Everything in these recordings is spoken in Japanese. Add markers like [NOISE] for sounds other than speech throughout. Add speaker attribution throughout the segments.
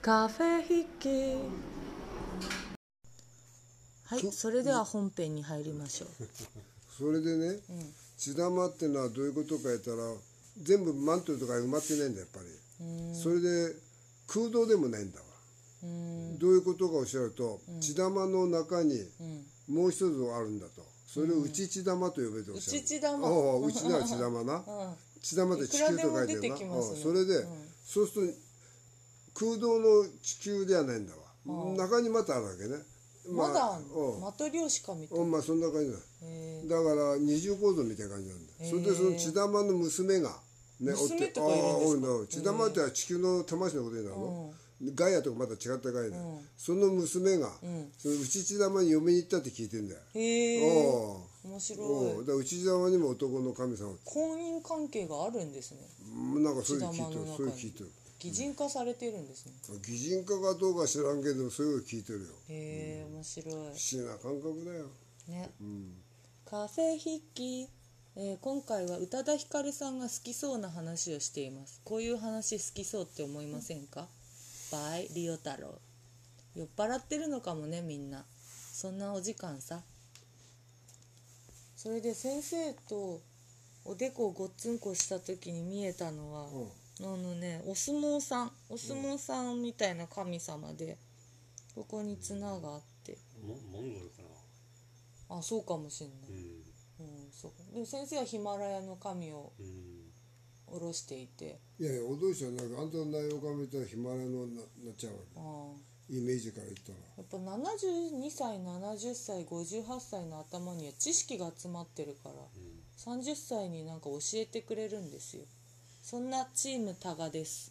Speaker 1: カフェ引きはいそれでは本編に入りましょう
Speaker 2: それでね、血玉ってのはどういうことか言ったら全部マントルとかに埋まってないんだやっぱりそれで空洞でもないんだわどういうことかおっしゃると、血玉の中にもう一つあるんだとそれを内血玉と呼べておっしゃる
Speaker 1: 内血玉
Speaker 2: おうおう内なら血玉な、血玉って地球と書いて
Speaker 1: いくらで
Speaker 2: る
Speaker 1: も出て
Speaker 2: な
Speaker 1: きますね
Speaker 2: うんそれで、そうすると空洞の地球ではないんだわ、中にまたあるわけね、
Speaker 1: まだあん
Speaker 2: う
Speaker 1: の
Speaker 2: ん
Speaker 1: マトリョーシカみたい
Speaker 2: うんまあそんな感じだ、だから二重構造みたいな感じなんだ、それでその血玉の娘がね
Speaker 1: 娘とかいるんですか
Speaker 2: ああおんだ血玉ってのは地球の魂のことになるの、ガイアとかまた違ったガイアだよ、その娘が、その内血玉に嫁に行ったって聞いてんだよ、
Speaker 1: へえ
Speaker 2: お
Speaker 1: 面
Speaker 2: うお
Speaker 1: 白
Speaker 2: う
Speaker 1: い
Speaker 2: だから内血玉にも男の神様
Speaker 1: 婚姻関係があるんですね
Speaker 2: うんなんかそういうの聞い
Speaker 1: 血
Speaker 2: て
Speaker 1: 玉
Speaker 2: る
Speaker 1: の中に
Speaker 2: そういうの聞いてる
Speaker 1: 擬人化されてるんですね
Speaker 2: 擬人化かどうか知らんけどそういうの聞いてるよ
Speaker 1: へえ面白い
Speaker 2: 不思議な感覚だよ
Speaker 1: ね、カフェ筆記、えー今回は宇多田ヒカルさんが好きそうな話をしていますこういう話好きそうって思いませんか by リオ太郎酔っ払ってるのかもねみんなそんなお時間さそれで先生とおでこをごっつんこした時に見えたのは、あのねお相撲さんお相撲さんみたいな神様でここに綱があって
Speaker 3: モモンゴルかな
Speaker 1: あそうかもしんない
Speaker 3: うん
Speaker 1: うん、そうでも先生はヒマラヤの神を
Speaker 3: うん
Speaker 1: 下ろしていて
Speaker 2: いやいや驚いちゃうなんかあんたの内容から見たらヒマラヤのななっちゃうわ
Speaker 1: ああ
Speaker 2: けイメージから言ったら
Speaker 1: やっぱ72歳70歳58歳の頭には知識が集まってるから
Speaker 3: うん
Speaker 1: 30歳になんか教えてくれるんですよそんなチームタガです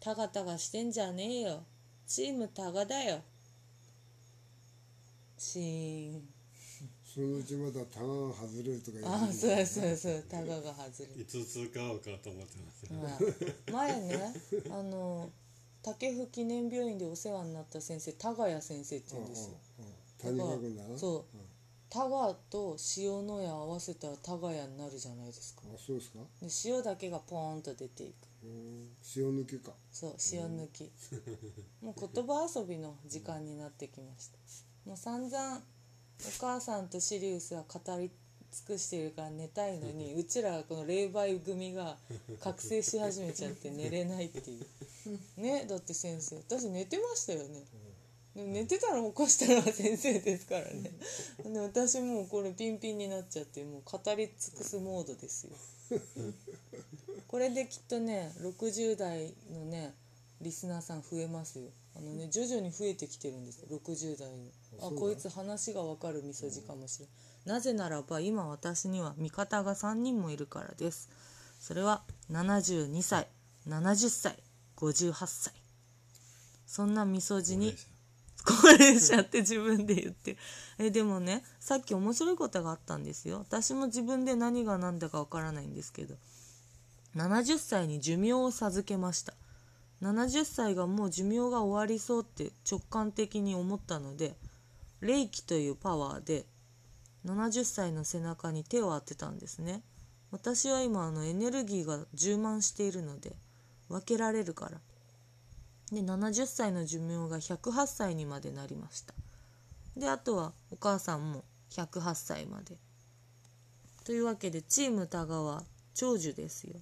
Speaker 1: タガタガしてんじゃねえよチームタガだよシーン
Speaker 2: そのうちまたタガが外れるとか言
Speaker 1: ああ
Speaker 2: う
Speaker 1: そうやそうやそうやタガが外れて
Speaker 3: いつ通過をかと思ってます
Speaker 1: はい前ねあの竹生記念病院でお世話になった先生田谷先生って言うんですよ
Speaker 2: 谷川君だな
Speaker 1: そう田賀と塩の矢合わせたら田賀屋になるじゃないですか
Speaker 2: あそうですか
Speaker 1: で塩だけがポーンと出ていく
Speaker 2: うん塩抜けか
Speaker 1: そう塩抜きもう言葉遊びの時間になってきましたもう散々お母さんとシリウスは語り尽くしてるから寝たいのにうちらこの霊媒組 [LAUGHS] が覚醒し始めちゃって寝れないって [LAUGHS] いうねだって先生私寝てましたよねでも寝てたら起こしたのは先生ですからねで私もうこれピンピンになっちゃってもう語り尽くすモードですよこれできっとね60代のねリスナーさん増えますよあのね徐々に増えてきてるんですよ60代のあこいつ話がわかるみそじかもしれないなぜならば今私には味方が3人もいるからですそれは72歳70歳58歳そんなみそじに高齢者って自分で言ってえでもねさっき面白いことがあったんですよ私も自分で何が何だかわからないんですけど70歳に寿命を授けました70歳がもう寿命が終わりそうって直感的に思ったので霊気というパワーで70歳の背中に手を当てたんですね私は今あのエネルギーが充満しているので分けられるからで70歳の寿命が108歳にまでなりましたであとはお母さんも108歳までというわけでチーム多賀は長寿ですよ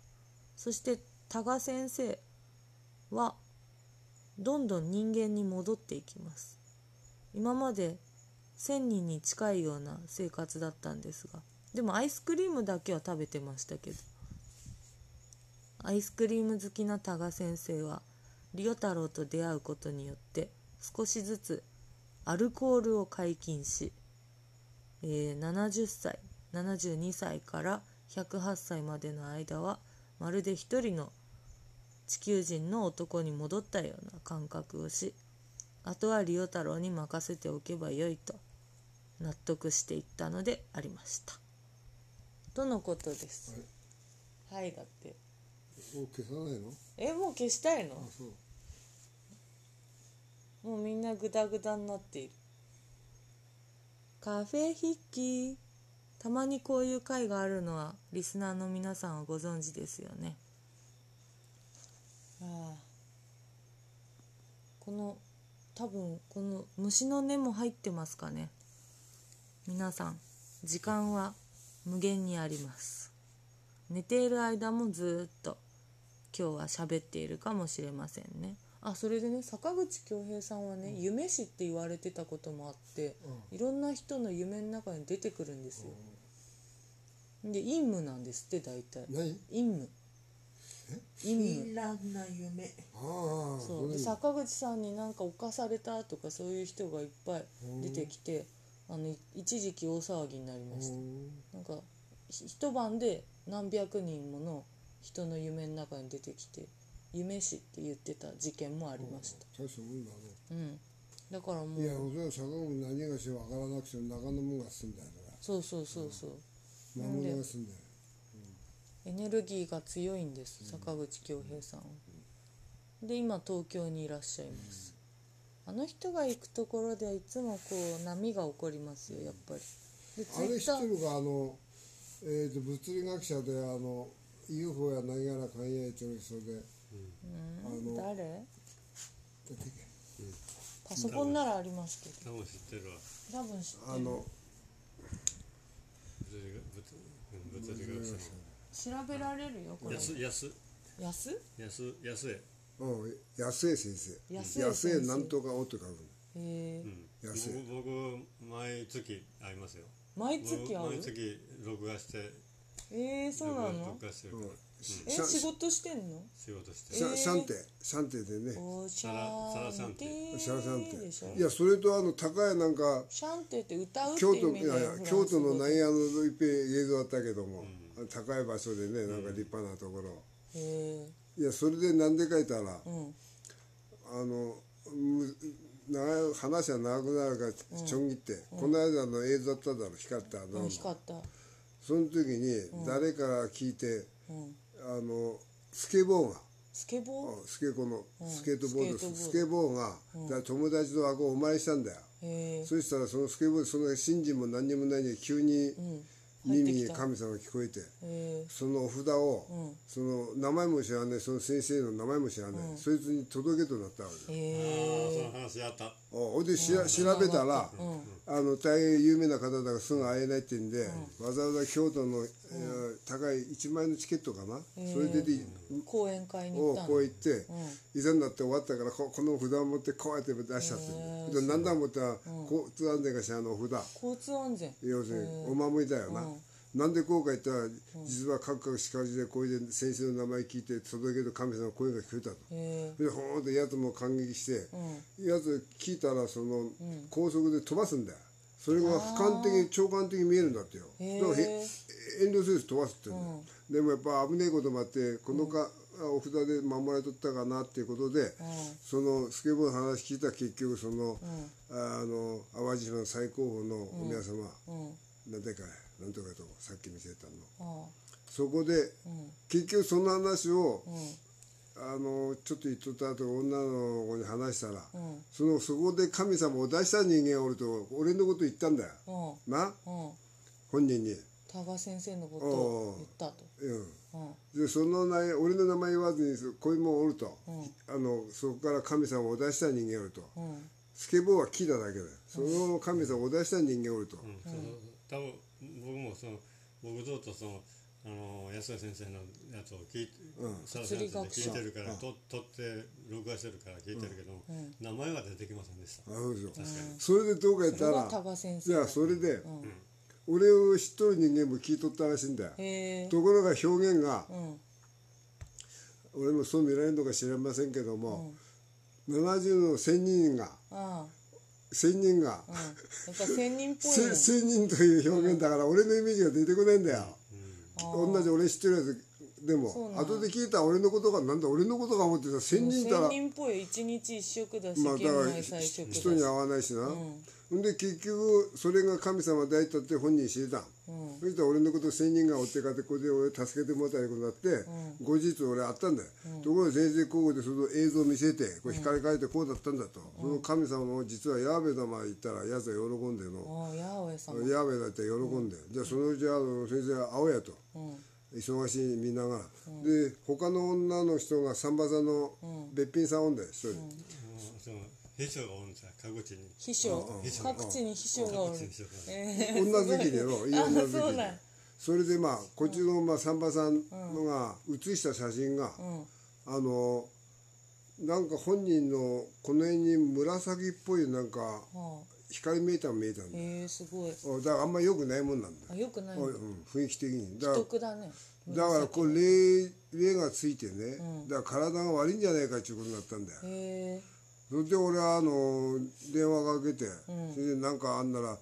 Speaker 1: そして多賀先生はどんどん人間に戻っていきます今まで1000人に近いような生活だったんですがでもアイスクリームだけは食べてましたけどアイスクリーム好きな多賀先生はリオ太郎と出会うことによって少しずつアルコールを解禁し、えー70歳72歳から108歳までの間はまるで一人の地球人の男に戻ったような感覚をしあとはリオ太郎に任せておけばよいと納得していったのでありましたとのことですはいだって
Speaker 2: を消さないの
Speaker 1: えもう消したいの
Speaker 2: あそう
Speaker 1: もうみんなグダグダになっているカフェ筆記たまにこういう会があるのはリスナーの皆さんはご存知ですよねああ多分この虫の根も入ってますかね皆さん時間は無限にあります寝ている間もずっと今日は喋っているかもしれませんねあそれでね坂口恭平さんはね、夢師って言われてたこともあって、いろんな人の夢の中に出てくるんですよ、で陰夢なんですって大体
Speaker 2: 何
Speaker 1: 陰夢陰夢
Speaker 4: いらんな夢
Speaker 2: ああ
Speaker 1: そうで坂口さんになんか犯されたとかそういう人がいっぱい出てきて、あのい一時期大騒ぎになりました、なんかひ一晩で何百人もの人の夢の中に出てきて夢死って言ってた事件もありました、
Speaker 2: 大したもんだね
Speaker 1: うん、だからも
Speaker 2: いや
Speaker 1: う
Speaker 2: 俺は坂本何がしわからなくても中のもんが住んだよ
Speaker 1: そうそうそうそう
Speaker 2: 魔
Speaker 1: んで
Speaker 2: 物が住んだよ
Speaker 1: エネルギーが強いんです坂口恭平さんはで今東京にいらっしゃいますあの人が行くところではいつもこう波が起こりますよやっぱりで
Speaker 2: あれ知
Speaker 1: Twitter
Speaker 2: ってるかあの、えー、と物理学者であの UFO や何やら関係ってる人で、
Speaker 1: うん
Speaker 2: あの
Speaker 1: 誰
Speaker 2: 出てけ
Speaker 1: パソコンならありますけど
Speaker 3: 多分知ってるわ
Speaker 1: 多分知って
Speaker 2: あ
Speaker 1: る
Speaker 2: の
Speaker 3: 物理学物理学
Speaker 1: 調
Speaker 3: 者
Speaker 1: べられるよこ
Speaker 3: の
Speaker 1: れ
Speaker 3: 安安
Speaker 1: 安
Speaker 3: 安安江
Speaker 2: うん安江先生
Speaker 1: 安江先生
Speaker 2: なんとかおって書くの
Speaker 1: へえ
Speaker 3: うん
Speaker 2: 安江
Speaker 3: 僕僕毎月会いますよ
Speaker 1: 毎月
Speaker 3: 僕
Speaker 1: 会
Speaker 3: 毎
Speaker 1: う
Speaker 3: 月録画して
Speaker 1: えー、そうなの
Speaker 3: 録画してるから、
Speaker 2: うん
Speaker 1: え
Speaker 2: シャ
Speaker 1: 仕事してんの
Speaker 3: 仕事して
Speaker 2: シャ,、
Speaker 1: えー
Speaker 2: シャンテシャンテでね
Speaker 1: おーシ
Speaker 3: ラ
Speaker 1: ャンテ
Speaker 2: シャシャン
Speaker 1: ーでしょ
Speaker 2: テいやそれとあの高谷なんか
Speaker 1: シャンテって歌うって
Speaker 2: 京
Speaker 1: 意
Speaker 2: 都
Speaker 1: 味
Speaker 2: い
Speaker 1: だ
Speaker 2: やい
Speaker 1: よ
Speaker 2: や
Speaker 1: フランス
Speaker 2: 京都の
Speaker 1: 語で
Speaker 2: 南野のいっぺん映像あったけども、高い場所でねなんか立派なところ、
Speaker 1: へえ
Speaker 2: いやそれでなんで書いた
Speaker 1: う
Speaker 2: ら、
Speaker 1: ん
Speaker 2: あのむ長い話は長くなるからちょん切って、この間の映像だっただろ光ったあの、
Speaker 1: 楽しかった
Speaker 2: その時に誰から聞いて、
Speaker 1: ん
Speaker 2: あのスケボーが
Speaker 1: スケボー
Speaker 2: スケこのスケートボードです、
Speaker 1: ス
Speaker 2: ス
Speaker 1: ケ
Speaker 2: ケボーが、だから友達と顎をお参りしたんだよ、
Speaker 1: へえ
Speaker 2: そしたらそのスケボーでその信心も何にもないのに急に
Speaker 1: 入っ
Speaker 2: 耳
Speaker 1: てき
Speaker 2: に
Speaker 1: た
Speaker 2: 神様が聞こえて。
Speaker 1: へえ
Speaker 2: そのお札を、
Speaker 1: うん
Speaker 2: その名前も知らないその先生の名前も知らない、そいつに届けとなったわけ
Speaker 1: へ
Speaker 3: ああ
Speaker 1: え
Speaker 3: ーその話あった
Speaker 2: おほいでしら調べたら、あの大変有名な方だからすぐ会えないって言うんで、わざわざ京都の、えー高い1万円のチケットかな、それでで、
Speaker 1: 講演会に行
Speaker 2: を
Speaker 1: った
Speaker 2: こ
Speaker 1: の
Speaker 2: う行って、いざになって終わったからここの札を持ってこうやって出したって、で何だ持ったら交通安全かしらのお札
Speaker 1: 交通安全
Speaker 2: 要するにお守りだよな、なんでこうか言ったら実はカクカクしかじでこれで先生の名前聞いて届ける神様の声が聞こえたと。
Speaker 1: へ
Speaker 2: でほーんとやつも感激して、やつ聞いたらその高速で飛ばすんだよそれが俯瞰的に長官的に見えるんだってよだ
Speaker 1: へー
Speaker 2: からへ遠慮せず飛ばすって言うんだよ、でもやっぱ危ねえこともあってこのか、お札で守られとったかなっていうことで、そのスケボーの話聞いたら結局その、あの淡路島の最高峰のお宮様、
Speaker 1: えうん
Speaker 2: なんてかなんとかとこさっき見せたの
Speaker 1: あ
Speaker 2: そこで、結局その話を、あのちょっと言っとった後女の子に話したら、そのそこで神様を出した人間がおると俺のこと言ったんだよ、
Speaker 1: あうん
Speaker 2: な
Speaker 1: うん
Speaker 2: 本人に、
Speaker 1: 多賀先生のことを言ったと
Speaker 2: うん、でその名俺の名前言わずにそこういうもんおると、あのそこから神様を出した人間おると、
Speaker 1: うん
Speaker 2: スケボーは聞いただけだよその神様を出した人間おると、
Speaker 3: うん、そうそう多分僕もその僕ずっとそのあの安田先生のやつを聞いて、佐々木先生で聞いてるから、と撮って録画してるから聞いてるけど、名前は出てきませんでした、
Speaker 2: あそうでしょ
Speaker 3: 確かに、
Speaker 2: それでどうか言っ
Speaker 1: そ
Speaker 2: た
Speaker 1: れは
Speaker 2: ら
Speaker 1: 多賀先
Speaker 2: い
Speaker 1: 生
Speaker 2: やそれで、俺を知っとる人間も聞いとったらしいんだよ
Speaker 1: へえ
Speaker 2: ところが表現が、
Speaker 1: ん
Speaker 2: 俺もそう見られるのか知りませんけども、70の1000人が
Speaker 1: ああ
Speaker 2: 1000人が、
Speaker 1: うんやっぱ仙人っぽい
Speaker 2: せ1000人という表現だから俺のイメージが出てこないんだよ、
Speaker 1: ね
Speaker 2: 同じ俺知ってるやつで
Speaker 1: そう
Speaker 2: も
Speaker 1: なん
Speaker 2: 後で聞いたら俺のことがなんだ俺のことが思ってた1000人いたら
Speaker 1: 仙人っぽい一日一食だし
Speaker 2: まあだ
Speaker 1: 県
Speaker 2: から
Speaker 1: 内最食だし
Speaker 2: 人に会わないしな、ほんで結局それが神様だいたって本人知れた、そしたら俺のこと千人が追ってかってこれで俺助けてもらったいうことになって、後日俺会ったんだよ、ところが全然交互でその映像を見せてこれ光り変えてこうだったんだと、その神様も実はヤーベ様言ったらやつは喜んでの、
Speaker 1: ああ八百屋さん
Speaker 2: ヤーベだって喜んで、じゃあそのうちあの先生会おうやと、忙しい見ながら、で他の女の人が三馬座のべっぴんさんおんだよ一人、
Speaker 3: その秘書がおるんですよ各地に
Speaker 1: 秘書
Speaker 2: うんうん
Speaker 1: 各地に秘書がお
Speaker 3: 各
Speaker 1: る
Speaker 3: 地に秘書がおる
Speaker 1: えー
Speaker 2: [LAUGHS] 女好きでやろいい
Speaker 1: あ
Speaker 2: 女
Speaker 1: そ
Speaker 2: 好
Speaker 1: う
Speaker 2: き
Speaker 1: なん
Speaker 2: でそれでまあこっちのまあさんまさんのが写した写真が、
Speaker 1: うん
Speaker 2: あのなんか本人のこの辺に紫っぽいなんか
Speaker 1: はあ
Speaker 2: 光めいたの見えたんだよ、
Speaker 1: えー、すごい
Speaker 2: おだからあんまり良くないもんなんだよ
Speaker 1: あよくない
Speaker 2: お
Speaker 1: の
Speaker 2: うん、雰囲気的にだ
Speaker 1: 不
Speaker 2: か
Speaker 1: 得だね
Speaker 2: らだからこう霊霊がついてね、
Speaker 1: うん
Speaker 2: だから体が悪いんじゃないかっていうことになったんだよ
Speaker 1: へえ
Speaker 2: それで俺はあの電話かけて、
Speaker 1: ん
Speaker 2: それでなんかあんなら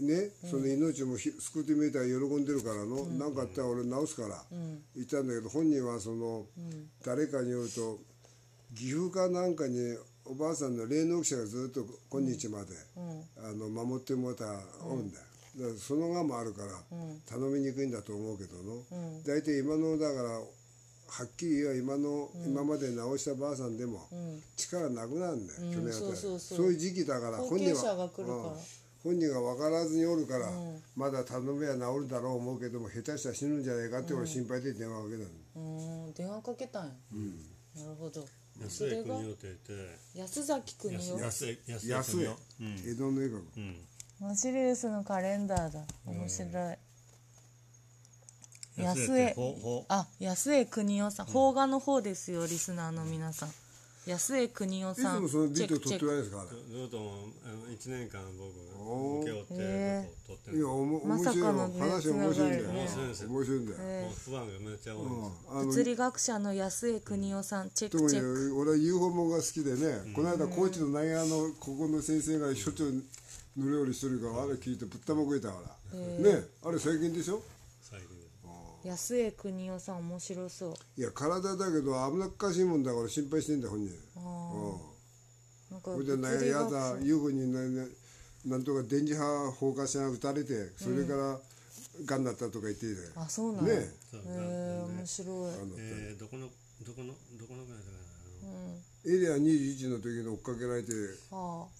Speaker 2: ねその命もひ救ってみえたら喜んでるからの、なんかあったら俺直すから
Speaker 1: うん
Speaker 2: 言ったんだけど本人はその
Speaker 1: うん
Speaker 2: 誰かによると岐阜かなんかにおばあさんの霊能者がずっと今日まで、
Speaker 1: うん
Speaker 2: あの守ってもらったおるんだよ、だからそのがもあるから
Speaker 1: うん
Speaker 2: 頼みにくいんだと思うけどの、
Speaker 1: うん
Speaker 2: 大体今のだからはっきり言えば今の、今まで治したばあさんでも、
Speaker 1: うん
Speaker 2: 力なくなるんだよ、
Speaker 1: ん
Speaker 2: 去年あたり
Speaker 1: そうそうそう
Speaker 2: いう時期だから
Speaker 1: 後継者が来るから
Speaker 2: うん本人が分からずにおるから、
Speaker 1: うん
Speaker 2: まだ頼めば治るだろう思うけども下手したら死ぬんじゃないかって俺心配で電話をかけたの、
Speaker 1: うん電話かけたんや、なるほどそ
Speaker 3: 安
Speaker 1: れ
Speaker 3: 江
Speaker 1: が
Speaker 3: 国夫って言って
Speaker 1: 安崎君よ
Speaker 3: 安江安江
Speaker 2: 安
Speaker 3: 国
Speaker 2: い、
Speaker 3: 夫うん
Speaker 2: 江戸の絵画
Speaker 3: うん
Speaker 1: マシリウスのカレンダーだ面白い安
Speaker 3: 安江
Speaker 1: 江
Speaker 3: ってほほ
Speaker 1: あ安江邦夫さん邦画の方ですよリスナーの皆さん安江邦夫
Speaker 2: い
Speaker 1: さ
Speaker 2: つ
Speaker 1: ん
Speaker 2: もそのビート
Speaker 1: チ
Speaker 2: 撮
Speaker 1: ェッ
Speaker 2: って
Speaker 1: ク
Speaker 2: ないですかあ
Speaker 3: ず
Speaker 2: れ
Speaker 3: ずっとあの1年間僕
Speaker 2: おー
Speaker 3: 受け負って
Speaker 1: へ
Speaker 3: 撮って
Speaker 2: い
Speaker 3: る
Speaker 2: やおも面
Speaker 1: まさ
Speaker 2: 白い
Speaker 1: かの
Speaker 2: の
Speaker 1: ね
Speaker 2: 話面白いんだよ、
Speaker 1: つながりね面
Speaker 3: 白いですよ
Speaker 2: 面白いんだよ、
Speaker 1: チェック
Speaker 3: もう不安がめっちゃ多いんですよ
Speaker 2: あの
Speaker 1: 物理学者の安江邦夫さんチェッ
Speaker 2: 特
Speaker 1: クチ
Speaker 2: に
Speaker 1: ェック
Speaker 2: 俺は UFO もんが好きでね、この間高知の内野のここの先生がしょっちゅう塗料理してるからあれ聞いてぶったまくいたから、ねあれ最近でしょ
Speaker 3: 最近
Speaker 1: 安江邦夫さん面白そう
Speaker 2: いや体だけど危なっかしいもんだから心配してんだよ本人
Speaker 1: あ
Speaker 2: うん
Speaker 1: ーなんか
Speaker 2: そ
Speaker 1: 物
Speaker 2: れで
Speaker 1: 理
Speaker 2: なんや
Speaker 1: 学
Speaker 2: だ
Speaker 1: 者
Speaker 2: UFO になななんとか電磁波放火線が撃たれてそれからがんになったとか言っていいだよ
Speaker 1: あそうなん
Speaker 2: ね
Speaker 1: や
Speaker 2: え
Speaker 1: へ
Speaker 3: そう
Speaker 1: え
Speaker 3: なんで
Speaker 1: 面白い
Speaker 2: あの
Speaker 3: えーどこのどこのどこのぐらいだかなあの
Speaker 2: エリア21の時に追っかけられて
Speaker 1: あ
Speaker 2: こ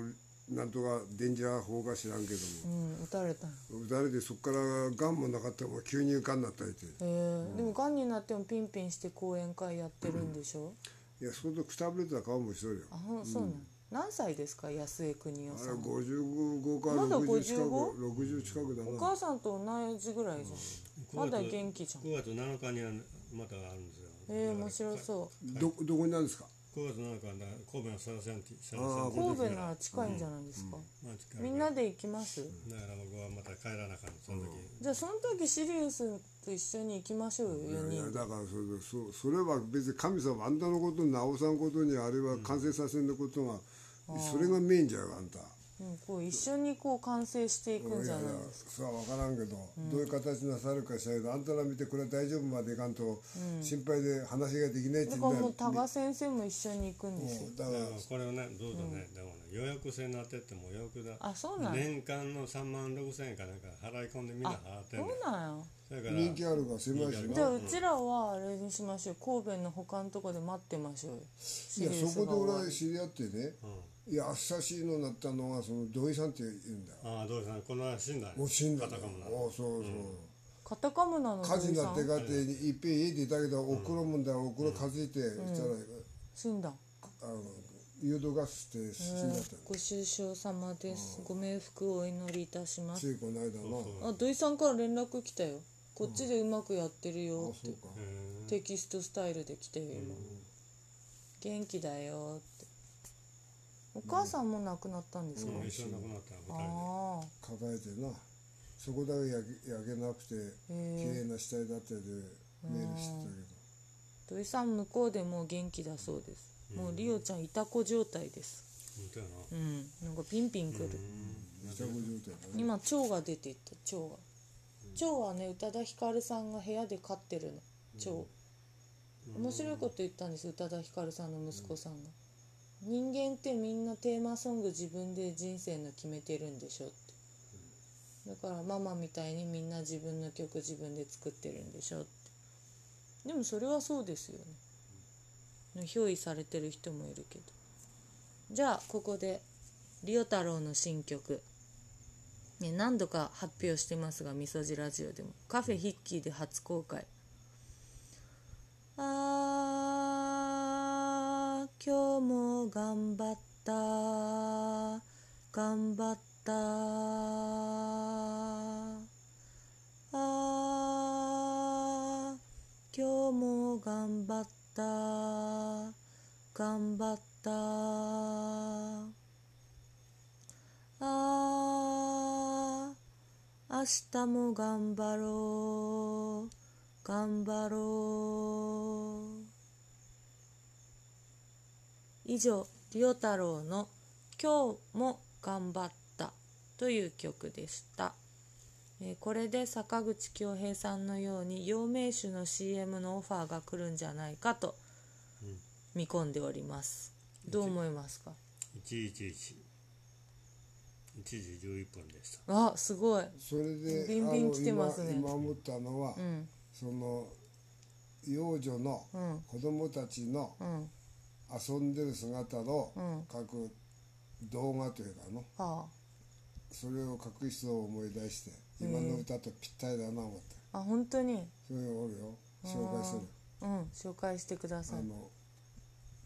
Speaker 2: うなんとか電磁波放火知らんけども
Speaker 1: あうん打たれたんや
Speaker 2: 誰でそこからがんもなかったもん急にがんになったりって
Speaker 1: へえでもがんになってもピンピンして講演会やってるんでしょ
Speaker 2: いや相当くたぶれてた顔もしとるよ
Speaker 1: あほんそうなん何歳ですか安江邦
Speaker 2: あ
Speaker 1: 夫
Speaker 2: れ
Speaker 1: さん
Speaker 2: 55か
Speaker 1: まだ
Speaker 2: 60近く
Speaker 1: 55?
Speaker 2: 60近くだ
Speaker 1: お
Speaker 2: な
Speaker 1: 母さんと同じぐらいじゃん、まだ元気じゃん
Speaker 3: 9月7日にはまたあるんですよ
Speaker 1: ええ面白そ
Speaker 2: どどこになんですか
Speaker 3: 9月7日はな神戸のサラセンティサラ
Speaker 2: あ
Speaker 1: う
Speaker 2: ー
Speaker 3: センティ
Speaker 1: 神戸なら近いんじゃないですか、
Speaker 3: まあ近
Speaker 1: み
Speaker 3: い
Speaker 1: んなで行きます、
Speaker 3: だから僕はまた帰らなあかんその時、
Speaker 1: じゃあその時シリウスと一緒に行きましょうよ
Speaker 2: いや
Speaker 1: 4
Speaker 2: いや
Speaker 1: 人で
Speaker 2: だからそれそそれは別に神様あんたのことに直さんことにあれは完成させんのことが、それがメインじゃよあんた
Speaker 1: うんこう一緒にこう完成していくん
Speaker 2: い
Speaker 1: じ
Speaker 2: や
Speaker 1: ゃ
Speaker 2: い
Speaker 1: な
Speaker 2: や
Speaker 1: いです
Speaker 2: さあ分からんけど、どういう形なさるかしらけどあんたら見てこれは大丈夫までいかんと心配で話ができないって
Speaker 1: かだから
Speaker 2: 言うんだ
Speaker 1: も
Speaker 2: よ
Speaker 1: う多賀先生も一緒に行くんですよ
Speaker 2: うんだか
Speaker 3: だ
Speaker 2: ら
Speaker 3: からこれをねどうぞね、でもね予約制になってっても予約だ
Speaker 1: あそうなんや
Speaker 3: 年間の3万6千円かなんか払い込んでみんな払ってん
Speaker 1: そ
Speaker 3: ね
Speaker 1: うんなんや
Speaker 3: それから
Speaker 2: 人気あるから狭いし
Speaker 3: 人気ある
Speaker 1: じゃ
Speaker 2: な
Speaker 1: あうちらはあれにしましょう神戸の他のとこで待ってましょうよ
Speaker 2: い
Speaker 1: シ
Speaker 2: や
Speaker 1: リウ
Speaker 2: そ
Speaker 1: ス
Speaker 2: こ
Speaker 1: が
Speaker 2: で
Speaker 1: 終
Speaker 2: 俺
Speaker 1: わ
Speaker 2: は
Speaker 1: る
Speaker 2: 知り合ってね
Speaker 3: う
Speaker 2: いやあっさしいのになったのがその土井さんって言うんだよ
Speaker 3: ん、ああどうしたこの間死んだね
Speaker 2: もう死んだんだ
Speaker 3: 方かもな
Speaker 2: おうそうそう、
Speaker 1: カタカムナの
Speaker 2: 火
Speaker 1: 鳥
Speaker 2: 事に
Speaker 1: さ
Speaker 2: なって
Speaker 1: ん
Speaker 2: かっていっぺん家でいたけどおくろもんだおくろ担いでそしたら
Speaker 1: 死んだ
Speaker 2: あの誘導ガスって死んじゃったの
Speaker 1: ご愁傷様です。ご冥福をお祈りいたしま
Speaker 2: つ
Speaker 1: す。
Speaker 2: いこの間の
Speaker 1: あ、土井さんから連絡来たよ。こっちでうまくやってるよ
Speaker 2: あ
Speaker 1: っ
Speaker 2: そ
Speaker 1: て
Speaker 2: う。か
Speaker 3: へえ
Speaker 1: テキストスタイルで来てるよ、今。元気だよって。お母さんも亡くなったんですか
Speaker 3: もう一緒に亡くなった二人
Speaker 1: ああ。
Speaker 2: 抱えてなそこだけ焼け焼けなくて綺麗な死体だったでメールしてたけど
Speaker 1: 土井さん向こうでもう元気だそうです。もうリオちゃんいた子状態です。
Speaker 3: で本
Speaker 1: うん。なんかピンピンくる。
Speaker 2: 自宅状態だね
Speaker 1: 今蝶が出ていった蝶が蝶はね宇多田ヒカルさんが部屋で飼ってるの蝶面白いこと言ったんです宇多田ヒカルさんの息子さんが人間ってみんなテーマソング自分で人生の決めてるんでしょってだからママみたいにみんな自分の曲自分で作ってるんでしょってでもそれはそうですよね憑依されてる人もいるけどじゃあここでリオ太郎の新曲ね、何度か発表してますがみそじラジオでもカフェヒッキーで初公開あー今日もも頑張った頑張ったあー今日も頑張った頑張ったあー明日も頑張ろう頑張ろう以上リオ太郎の「今日も頑張った」という曲でした、えーこれで坂口恭平さんのように陽明酒の CM のオファーが来るんじゃないかと見込んでおりますどう思いますか
Speaker 3: 1111 1時11分でした
Speaker 1: あすごい
Speaker 2: それで
Speaker 1: ビンビン来てますね
Speaker 2: あの今今思ったのは、
Speaker 1: うん
Speaker 2: その幼女の
Speaker 1: うん
Speaker 2: 子供たちの
Speaker 1: うん
Speaker 2: 遊んでる姿を
Speaker 1: うん
Speaker 2: 描く動画というかの
Speaker 1: は
Speaker 2: それを描く人を思い出して今の歌とぴったりだな思って
Speaker 1: ああ本当に
Speaker 2: それをおるよ紹介する
Speaker 1: うん紹介してくださ
Speaker 2: あ
Speaker 1: い
Speaker 2: の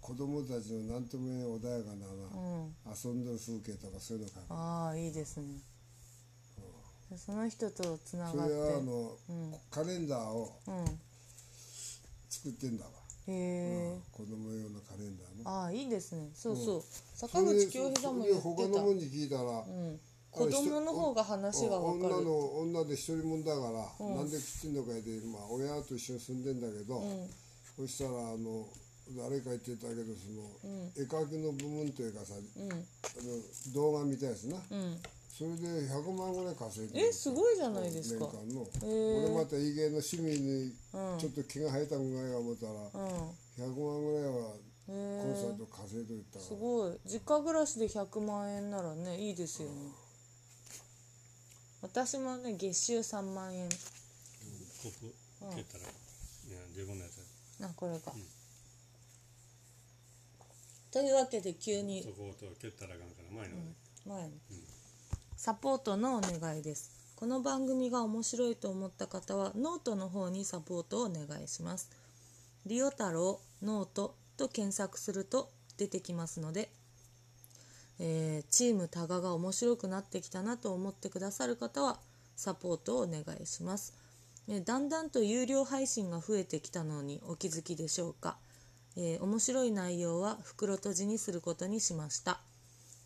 Speaker 2: 子供たちの何とも言えない穏やかな
Speaker 1: う
Speaker 2: な、
Speaker 1: ん
Speaker 2: 遊んでる風景とかそういうの描く
Speaker 1: ああいいですねその人とつな
Speaker 2: そ
Speaker 1: がっ
Speaker 2: れ
Speaker 1: て
Speaker 2: はあの、
Speaker 1: うん
Speaker 2: カレンダーを
Speaker 1: うん
Speaker 2: 作ってんだわ、
Speaker 1: へえ
Speaker 2: 子供用のカレンダーの
Speaker 1: ああいいですねそうそう、
Speaker 2: そ
Speaker 1: 坂
Speaker 2: れで
Speaker 1: 口恭平さんも言って
Speaker 2: それで他
Speaker 1: た
Speaker 2: のもんに聞いたら、
Speaker 1: うん、子供の方が話が分かる
Speaker 2: 女の女で一人もんだから、
Speaker 1: うん
Speaker 2: なんで食ってんのかいで、まあ、親と一緒に住んでんだけど、
Speaker 1: うん
Speaker 2: そしたらあの誰か言ってたけどその、
Speaker 1: うん
Speaker 2: 絵描きの部分というかさあ
Speaker 1: うん
Speaker 2: の動画みたいですな、
Speaker 1: うん
Speaker 2: それで100万ぐらい稼いで
Speaker 1: えすごいじゃないですか
Speaker 2: 年間の、
Speaker 1: へー
Speaker 2: 俺またいい芸の趣味に
Speaker 1: うん
Speaker 2: ちょっと毛が生えたぐらいは思ったら、100万ぐらい
Speaker 1: う
Speaker 2: はコンサ
Speaker 1: んへ
Speaker 2: ート稼いでいった
Speaker 1: え
Speaker 2: ら、
Speaker 1: すごい実家暮らしで100万円ならねいいですよね私もね月収3万円
Speaker 3: ここ蹴ったら、いや自分のやつ
Speaker 1: あこれか、というわけで急に
Speaker 3: そこと蹴ったらあかんから前のね、
Speaker 1: 前にサポートのお願いですこの番組が面白いと思った方はノートの方にサポートをお願いしますリオ太郎ノートと検索すると出てきますので、えーチームタガが面白くなってきたなと思ってくださる方はサポートをお願いしますえーだんだんと有料配信が増えてきたのにお気づきでしょうか、えー面白い内容は袋閉じにすることにしました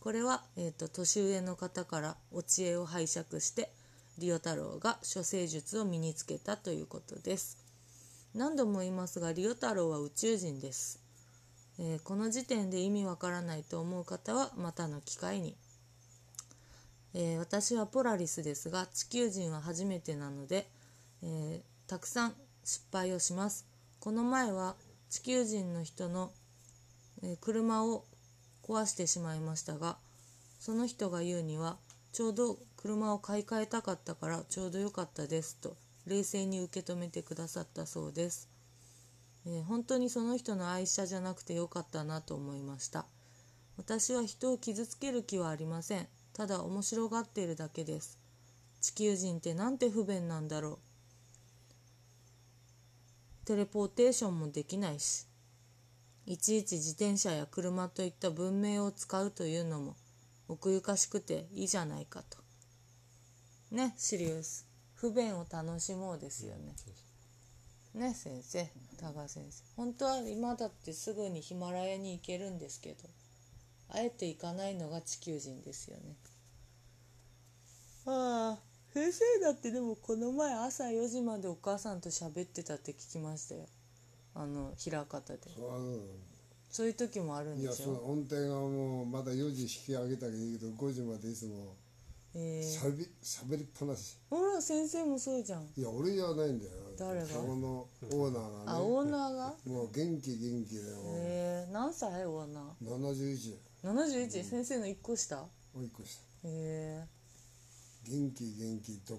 Speaker 1: これは、えー、と年上の方からお知恵を拝借してリオ太郎が処世術を身につけたということです何度も言いますがリオ太郎は宇宙人です、えーこの時点で意味わからないと思う方はまたの機会に、えー私はポラリスですが地球人は初めてなので、えーたくさん失敗をしますこの前は地球人の人のえー車を壊してしまいましたがその人が言うにはちょうど車を買い替えたかったからちょうど良かったですと冷静に受け止めてくださったそうです、えー本当にその人の愛車じゃなくて良かったなと思いました私は人を傷つける気はありませんただ面白がっているだけです地球人ってなんて不便なんだろうテレポーテーションもできないしいちいち自転車や車といった文明を使うというのも奥ゆかしくていいじゃないかとねシリウス不便を楽しもうですよね
Speaker 3: そう
Speaker 1: ね先生多賀先生本当は今だってすぐにヒマラヤに行けるんですけどあえて行かないのが地球人ですよねああ先生だってでもこの前朝4時までお母さんと喋ってたって聞きましたよあの枚方で
Speaker 2: そうあの
Speaker 1: そういう時もあるん
Speaker 2: いや
Speaker 1: でし
Speaker 2: その
Speaker 1: ょ
Speaker 2: 音程がもうまだ4時引き上げたけどいいけど5時までいつも
Speaker 1: え
Speaker 2: し
Speaker 1: ー、
Speaker 2: ゃべしゃべりっぱなし
Speaker 1: ほら先生もそうじゃん
Speaker 2: いや俺じゃないんだよ
Speaker 1: 誰が
Speaker 2: そこのオーナー
Speaker 1: あ
Speaker 2: がね
Speaker 1: オーナーが
Speaker 2: もう元気元気でもう
Speaker 1: えー、何歳オーナ
Speaker 2: 71
Speaker 1: ー71、先生の1個下
Speaker 2: おいっこした
Speaker 1: え
Speaker 2: 元気元気と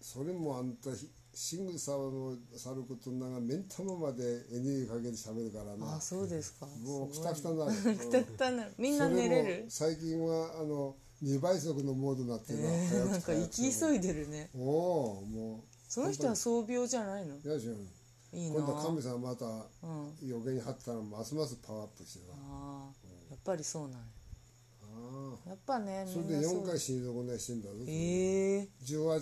Speaker 2: それもあんたひしぐさをさることながら目ん玉までエネルギーかけてしゃべるから
Speaker 1: ー、あ
Speaker 2: な
Speaker 1: そうですか
Speaker 2: もうく
Speaker 1: すご
Speaker 2: た
Speaker 1: い
Speaker 2: くたになる
Speaker 1: くたくたになるみんな寝れる
Speaker 2: それも最近はあの2倍速のモードになってるな、
Speaker 1: えー、なんか生き急
Speaker 2: い
Speaker 1: いでるね
Speaker 2: おおうもう
Speaker 1: その人は装病じゃないの
Speaker 2: いやしょ
Speaker 1: いいな
Speaker 2: 今度神様また
Speaker 1: うん
Speaker 2: 余計に張ったらますますパワーアップしてな
Speaker 1: あーやっぱりそうなんや
Speaker 2: あ
Speaker 1: やっぱね
Speaker 2: あそ
Speaker 1: みん
Speaker 2: れ
Speaker 1: な
Speaker 2: で
Speaker 1: そう
Speaker 2: 4回死に損ね死んだぞ、
Speaker 1: ええ
Speaker 2: 18の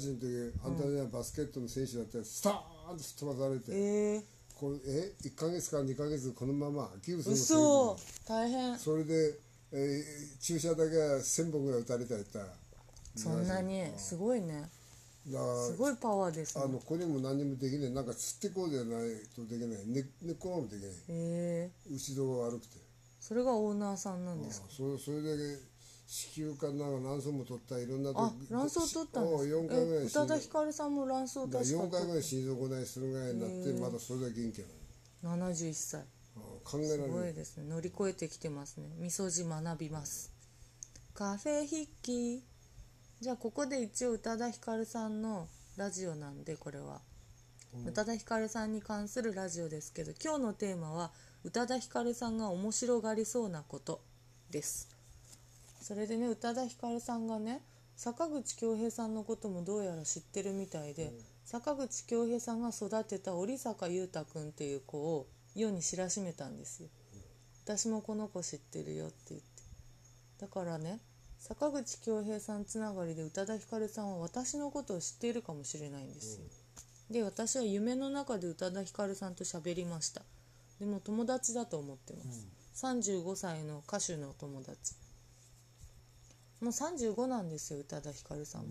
Speaker 2: 時あんたにはバスケットの選手だったらスターンと吹っ飛ばされて、
Speaker 1: ええ
Speaker 2: こうえ1か月から2か月このままギブスのせいで
Speaker 1: 嘘大変
Speaker 2: それで、えー注射だけは1000本ぐらい打たれたやったら
Speaker 1: そんなに
Speaker 2: だか
Speaker 1: すごいね
Speaker 2: ら
Speaker 1: すごいパワーです
Speaker 2: あの
Speaker 1: ね
Speaker 2: これも何にもできないなんか釣ってこうじゃないとできない根根っこもできない
Speaker 1: ええ
Speaker 2: 後ろが悪くて
Speaker 1: それがオーナーさんなんですか
Speaker 2: そそれだけ子宮かなんか卵巣も取ったいろんなと
Speaker 1: あ卵巣取ったんです
Speaker 2: 4回ぐら
Speaker 1: え
Speaker 2: い
Speaker 1: 宇
Speaker 2: 死ん
Speaker 1: 多
Speaker 2: だ
Speaker 1: 田ヒカルさんも卵巣確か
Speaker 2: 4回ぐら
Speaker 1: 取
Speaker 2: い心臓こないするぐらいになってまだそれだけ元気なの
Speaker 1: った71歳
Speaker 2: ああ考えら
Speaker 1: す
Speaker 2: れ
Speaker 1: ご
Speaker 2: ないい
Speaker 1: ですね乗り越えてきてますねみそじ学びますカフェ筆記じゃあここで一応宇多田ヒカルさんのラジオなんでこれは、宇多田ヒカルさんに関するラジオですけど今日のテーマは宇多田ヒカルさんが面白がりそうなことですそれでね宇多田ヒカルさんがね坂口恭平さんのこともどうやら知ってるみたいで、坂口恭平さんが育てた織坂裕太君っていう子を世に知らしめたんですよ。私もこの子知ってるよって言ってだからね坂口恭平さんつながりで宇多田ヒカルさんは私のことを知っているかもしれないんですよ。で私は夢の中で宇多田ヒカルさんと喋りましたでも友達だと思ってます、35歳の歌手の友達もう35なんですよ宇多田ヒカルさんも、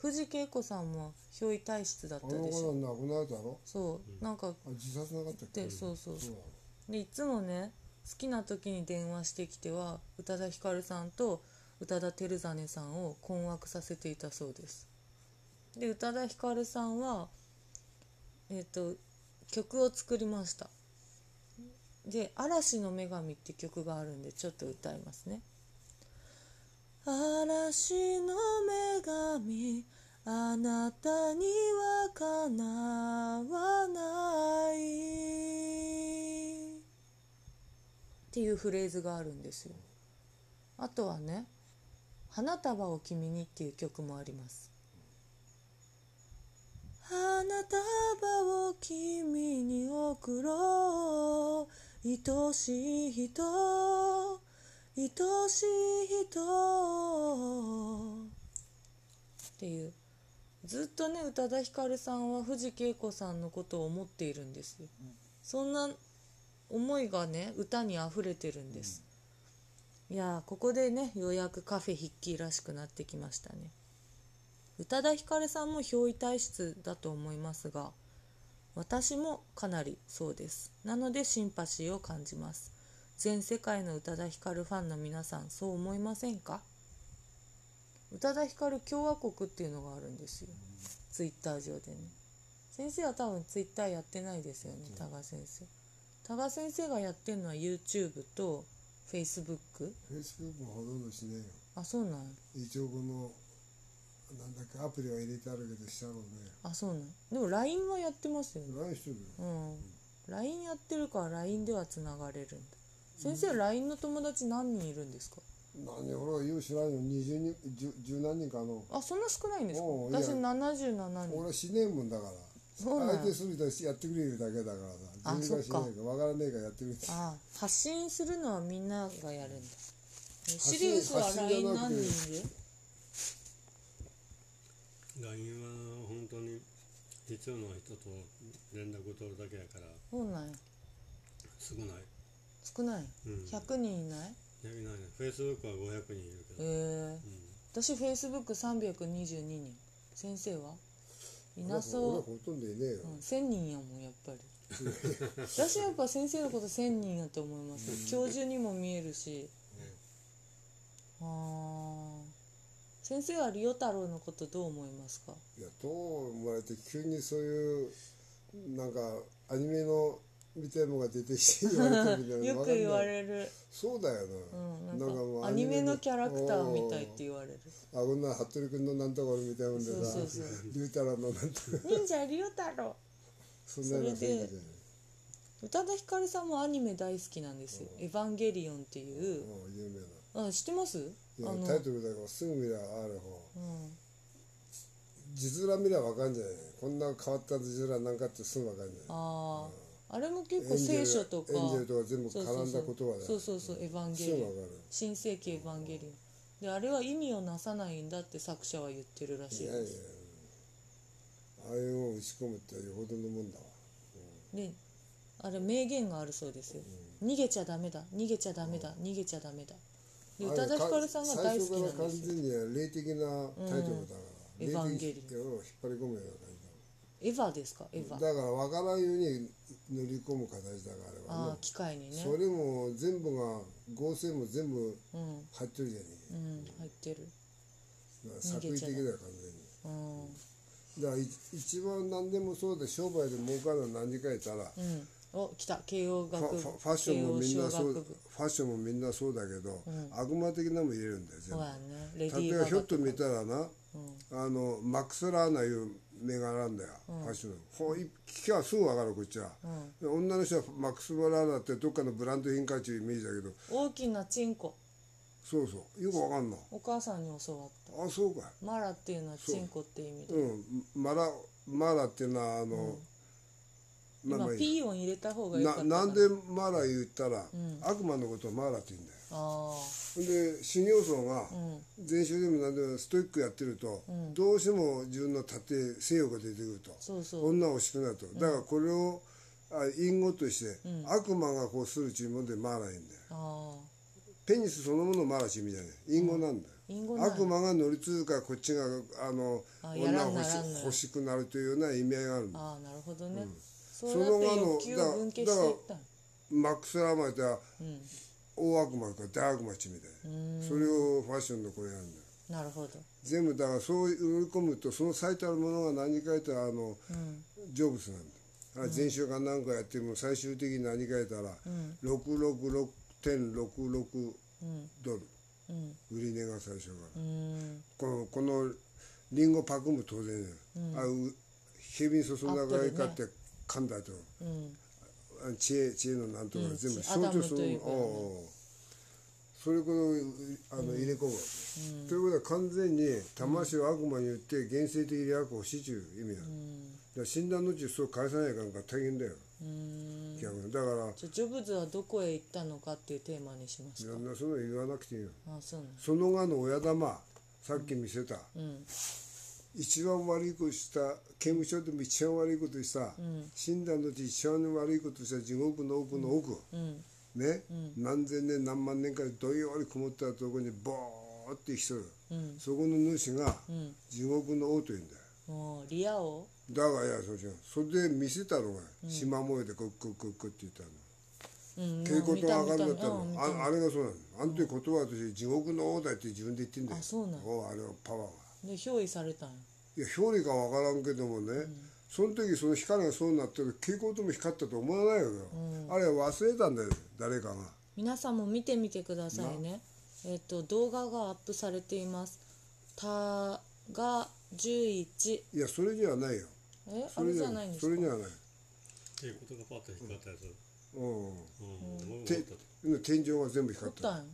Speaker 1: 藤恵子さんも憑依体質だった
Speaker 2: あ
Speaker 1: でし
Speaker 2: の
Speaker 1: ょ
Speaker 2: 子なん亡くなるだろ
Speaker 1: そうなんか
Speaker 2: あ自殺なかったっけ
Speaker 1: でそうそう
Speaker 2: そう
Speaker 1: でいつもね好きな時に電話してきては宇多田ヒカルさんと宇多田照真さんを困惑させていたそうですで宇多田ヒカルさんはえっ、と曲を作りましたで「嵐の女神」って曲があるんでちょっと歌いますね「嵐の女神あなたにはかなわない」っていうフレーズがあるんですよあとはね「花束を君に」っていう曲もあります花束を君に贈ろう愛しい人愛しい人っていうずっとね宇多田ヒカルさんは藤恵子さんのことを思っているんですよ、そんな思いがね歌にあふれてるんです、いやーここでねようやくカフェ筆記らしくなってきましたね宇多田ヒカルさんも憑依体質だと思いますが私もかなりそうですなのでシンパシーを感じます全世界の宇多田ヒカルファンの皆さんそう思いませんか宇多田ヒカル共和国っていうのがあるんですよ、ツイッター上でね先生は多分ツイッターやってないですよね、多賀先生多賀先生がやってるのは YouTube と Facebook
Speaker 2: フェイスブックもほとんどしないよ
Speaker 1: あそうなんや
Speaker 2: 一応このなんだっけアプリは入れてあるけどしたのね
Speaker 1: あそうなんやでも LINE はやってますよね
Speaker 2: 何してるよ
Speaker 1: うん LINE やってるから LINE ではつながれるんだ先生 LINE の友達何人いるんですか
Speaker 2: 何俺はよう知らんよ20人十十何人かの
Speaker 1: あそんな少ないんですか
Speaker 2: おういや
Speaker 1: 私77人
Speaker 2: 俺はしねえもんだから
Speaker 1: そうなんや
Speaker 2: 相手する人はやってくれるだけだからさ
Speaker 1: あ
Speaker 2: 自分がしない
Speaker 1: そっ
Speaker 2: から分からねえからやってくれて
Speaker 1: ああ発信するのはみんながやるんだシ
Speaker 2: 信
Speaker 1: リウスは
Speaker 2: 発信じ
Speaker 1: LINE
Speaker 2: ゃなくて
Speaker 1: 何人いる
Speaker 3: LINE は本当に必要な人と連絡を取るだけやから
Speaker 1: そうなんや
Speaker 3: 少ない
Speaker 1: 少ない
Speaker 3: うん
Speaker 1: 100人いない
Speaker 3: やりないねフェイスブックは500人いるけ
Speaker 1: へえ
Speaker 3: ど、
Speaker 1: 私 Facebook322 人先生はい
Speaker 2: 俺は
Speaker 1: な
Speaker 2: 俺
Speaker 1: そ
Speaker 2: は
Speaker 1: う
Speaker 2: ほとんどいねえよ、
Speaker 1: うん、1000人やもんやっぱり私やっぱ先生のこと1000人やと思います、教授にも見えるし、あー先生はリオ太郎のことどう思いますか
Speaker 2: いやどうもらえて急にそういうなんかアニメのみたいなのが出てきて言われてるみたい
Speaker 1: [LAUGHS]
Speaker 2: な
Speaker 1: よく言わ
Speaker 2: る
Speaker 1: れる、
Speaker 2: そうだよ
Speaker 1: う
Speaker 2: な,、
Speaker 1: ん、な
Speaker 2: も
Speaker 1: ん
Speaker 2: う
Speaker 1: かアニメのキャラクターみたいっ
Speaker 2: お
Speaker 1: て言われる
Speaker 2: ーあこんな服部君のなんとか俺みたいなもんでさ
Speaker 1: そうそうそう
Speaker 2: 龍太郎のなんとか
Speaker 1: 忍者リオ太郎
Speaker 2: そんなような雰囲気じゃない
Speaker 1: 宇多田ヒカルさんもアニメ大好きなんですよ「エヴァンゲリオン」っていう
Speaker 2: うん有名な
Speaker 1: あ知ってますあ
Speaker 2: いや
Speaker 1: の
Speaker 2: タイトルだからすぐ見りゃある方
Speaker 1: うん
Speaker 2: 字面見りゃ分かんじゃないこんな変わった字面なんかってすぐ分かんじゃない
Speaker 1: あああれも結構聖書とか
Speaker 2: エンジェルとか全部絡んだ言葉だよ
Speaker 1: そうそうそうエヴァンゲリオ
Speaker 2: すぐ
Speaker 1: ン
Speaker 2: わかる
Speaker 1: 新世紀エヴァンゲリオンであれは意味をなさないんだって作者は言ってるらし
Speaker 2: い
Speaker 1: い
Speaker 2: やいやああいうのを打ち込むってよほどのもんだわ
Speaker 1: であれ名言があるそうですよ「逃げちゃダメだ逃げちゃダメだ逃げちゃダメだ」で宇
Speaker 2: あ
Speaker 1: 多
Speaker 2: れ
Speaker 1: 田ヒカルさんが大好き
Speaker 2: 最初か
Speaker 1: な
Speaker 2: ら
Speaker 1: ん
Speaker 2: 完
Speaker 1: ですよ
Speaker 2: 全に霊的なタイトルだから、
Speaker 1: うん
Speaker 2: 霊的
Speaker 1: エヴァンゲリ
Speaker 2: 世を引っ張り込むような感じだ
Speaker 1: エヴァですかエヴァ
Speaker 2: だから分からんように乗り込む形だからあれは
Speaker 1: ああ
Speaker 2: ね
Speaker 1: 機械にね
Speaker 2: それも全部が合成も全部
Speaker 1: うん
Speaker 2: 入ってるじゃね
Speaker 1: うん入ってる
Speaker 2: えか作為的だよ完全に
Speaker 1: うんうん
Speaker 2: だからい一番何でもそうで商売で儲かるのは何かいたら、
Speaker 1: お来た慶応学
Speaker 2: ファ
Speaker 1: 部
Speaker 2: ファファッションもみんなそう
Speaker 1: 慶応小
Speaker 2: フ
Speaker 1: 学部
Speaker 2: ァッションもみんなそうだけど、悪魔的なのも入れるんだよ全
Speaker 1: そう
Speaker 2: 部
Speaker 1: やねレディー・
Speaker 2: 例えば
Speaker 1: ガ
Speaker 2: ひょ
Speaker 1: ガ
Speaker 2: っと
Speaker 1: とか
Speaker 2: 見たらな、あのマックス・ラーナいう銘柄なんだよ、ファッションほい聞きゃすぐ分かるこっちは、で女の人はマックス・ラーナってどっかのブランド品かっていうイメージだけど
Speaker 1: 大きなチンコ
Speaker 2: そうそうよく分かんない
Speaker 1: お母さんに教わった
Speaker 2: あそうかい
Speaker 1: マラっていうのはチンコって意味で
Speaker 2: うんマラマラっていうのはあの、
Speaker 1: 今
Speaker 2: まあいい
Speaker 1: ピー音入れた方がよかった
Speaker 2: な
Speaker 1: か
Speaker 2: なんでマラ言ったら、悪魔のことをマラって言うんだよ
Speaker 1: あ
Speaker 2: ほんで修行僧が禅宗でも何でもストイックやってると、どうしても自分の盾性欲が出てくると
Speaker 1: そうそう
Speaker 2: 女は欲しくなるとだからこれをあ隠語として、悪魔がこうするちゅうもんでマーラいいんだよ
Speaker 1: あああ
Speaker 2: ペニスそのものをマーラちゅう意味じゃない隠語なんだよ、
Speaker 1: 隠語なん
Speaker 2: 悪魔が乗り継ぐからこっちがあの
Speaker 1: あや
Speaker 2: 女
Speaker 1: ら
Speaker 2: が
Speaker 1: んな
Speaker 2: 欲し
Speaker 1: らんの
Speaker 2: 欲しくなるというような意味合いがあるんだ
Speaker 1: ああなるほどね、そ
Speaker 2: そう
Speaker 1: やっ
Speaker 2: の
Speaker 1: て
Speaker 2: 後の
Speaker 1: 欲求を分岐していったの
Speaker 2: マックス・ラーマイっては大悪魔か大悪魔ちゅう意味だよ、それをファッションの声なんだよ
Speaker 1: なるほど
Speaker 2: 全部だからそう売り込むとその最たるものが何かいたらあの、ジョブスなんだよ前週間なんかやっても最終的に何かいたら、666.66ドル、売り値が最初から、
Speaker 1: うん
Speaker 2: このこのリンゴパクも当然だよ、あう蛇に注いだぐらいかって噛んだと、
Speaker 1: うん
Speaker 2: あ知恵知恵のなんとか
Speaker 1: うん
Speaker 2: 全部
Speaker 1: 知恵アダム
Speaker 2: す
Speaker 1: と
Speaker 2: る
Speaker 1: いうかね
Speaker 2: おうおうそれこそあの入れ込むわけ、ということは完全に魂を悪魔に言って現世的に悪を死ちゅう意味なの、だから死んだ後にそう返さないかんから大変だよ、
Speaker 1: うん
Speaker 2: 逆にだから
Speaker 1: じゃあジョブズはどこへ行ったのかっていうテーマにしますか
Speaker 2: そんなその言わなくていいよ
Speaker 1: ああそうなん
Speaker 2: そのがの親玉さっき見せた、
Speaker 1: うん
Speaker 2: 一番悪いことした刑務所でも一番悪いことした、死んだ後一番悪いことした地獄の奥の奥、
Speaker 1: うん
Speaker 2: ね、何千年何万年かでどんよりこもったところにボーって生きとる、
Speaker 1: うん
Speaker 2: そこの主が
Speaker 1: うん
Speaker 2: 地獄の王というんだよ
Speaker 1: もうリア王
Speaker 2: だからいやそうじゃんそれで見せたのが島模様でクックックックって言ったの
Speaker 1: うん
Speaker 2: 蛍
Speaker 1: もう
Speaker 2: 光
Speaker 1: 見
Speaker 2: 灯
Speaker 1: た
Speaker 2: が上がるん
Speaker 1: 見
Speaker 2: だったの
Speaker 1: うん見
Speaker 2: ああれがそうなのあの時言葉として地獄の王だって自分で言ってんだよ
Speaker 1: あそうなの
Speaker 2: おあれはパワーが
Speaker 1: で憑依されたんや
Speaker 2: いや表裏かわからんけどもね、その時その光がそうなってる蛍光灯も光ったと思わないよ、あれは忘れたんだよ誰かが
Speaker 1: 皆さんも見てみてくださいねえっ、と動画がアップされていますたが11
Speaker 2: いやそれにはないよ
Speaker 1: えあ
Speaker 2: そ
Speaker 1: れ
Speaker 2: れ
Speaker 1: じ
Speaker 2: に
Speaker 1: ゃ
Speaker 2: は
Speaker 1: な
Speaker 2: ない
Speaker 1: ん
Speaker 2: い
Speaker 1: で
Speaker 2: そ
Speaker 1: す
Speaker 2: れに
Speaker 1: か
Speaker 2: はない
Speaker 3: っていうことがパッと光ったやつ。う
Speaker 2: うん
Speaker 3: ん。僕も思った
Speaker 2: て天井が全部
Speaker 1: 撮
Speaker 2: 光
Speaker 1: っ
Speaker 2: ったた
Speaker 1: ん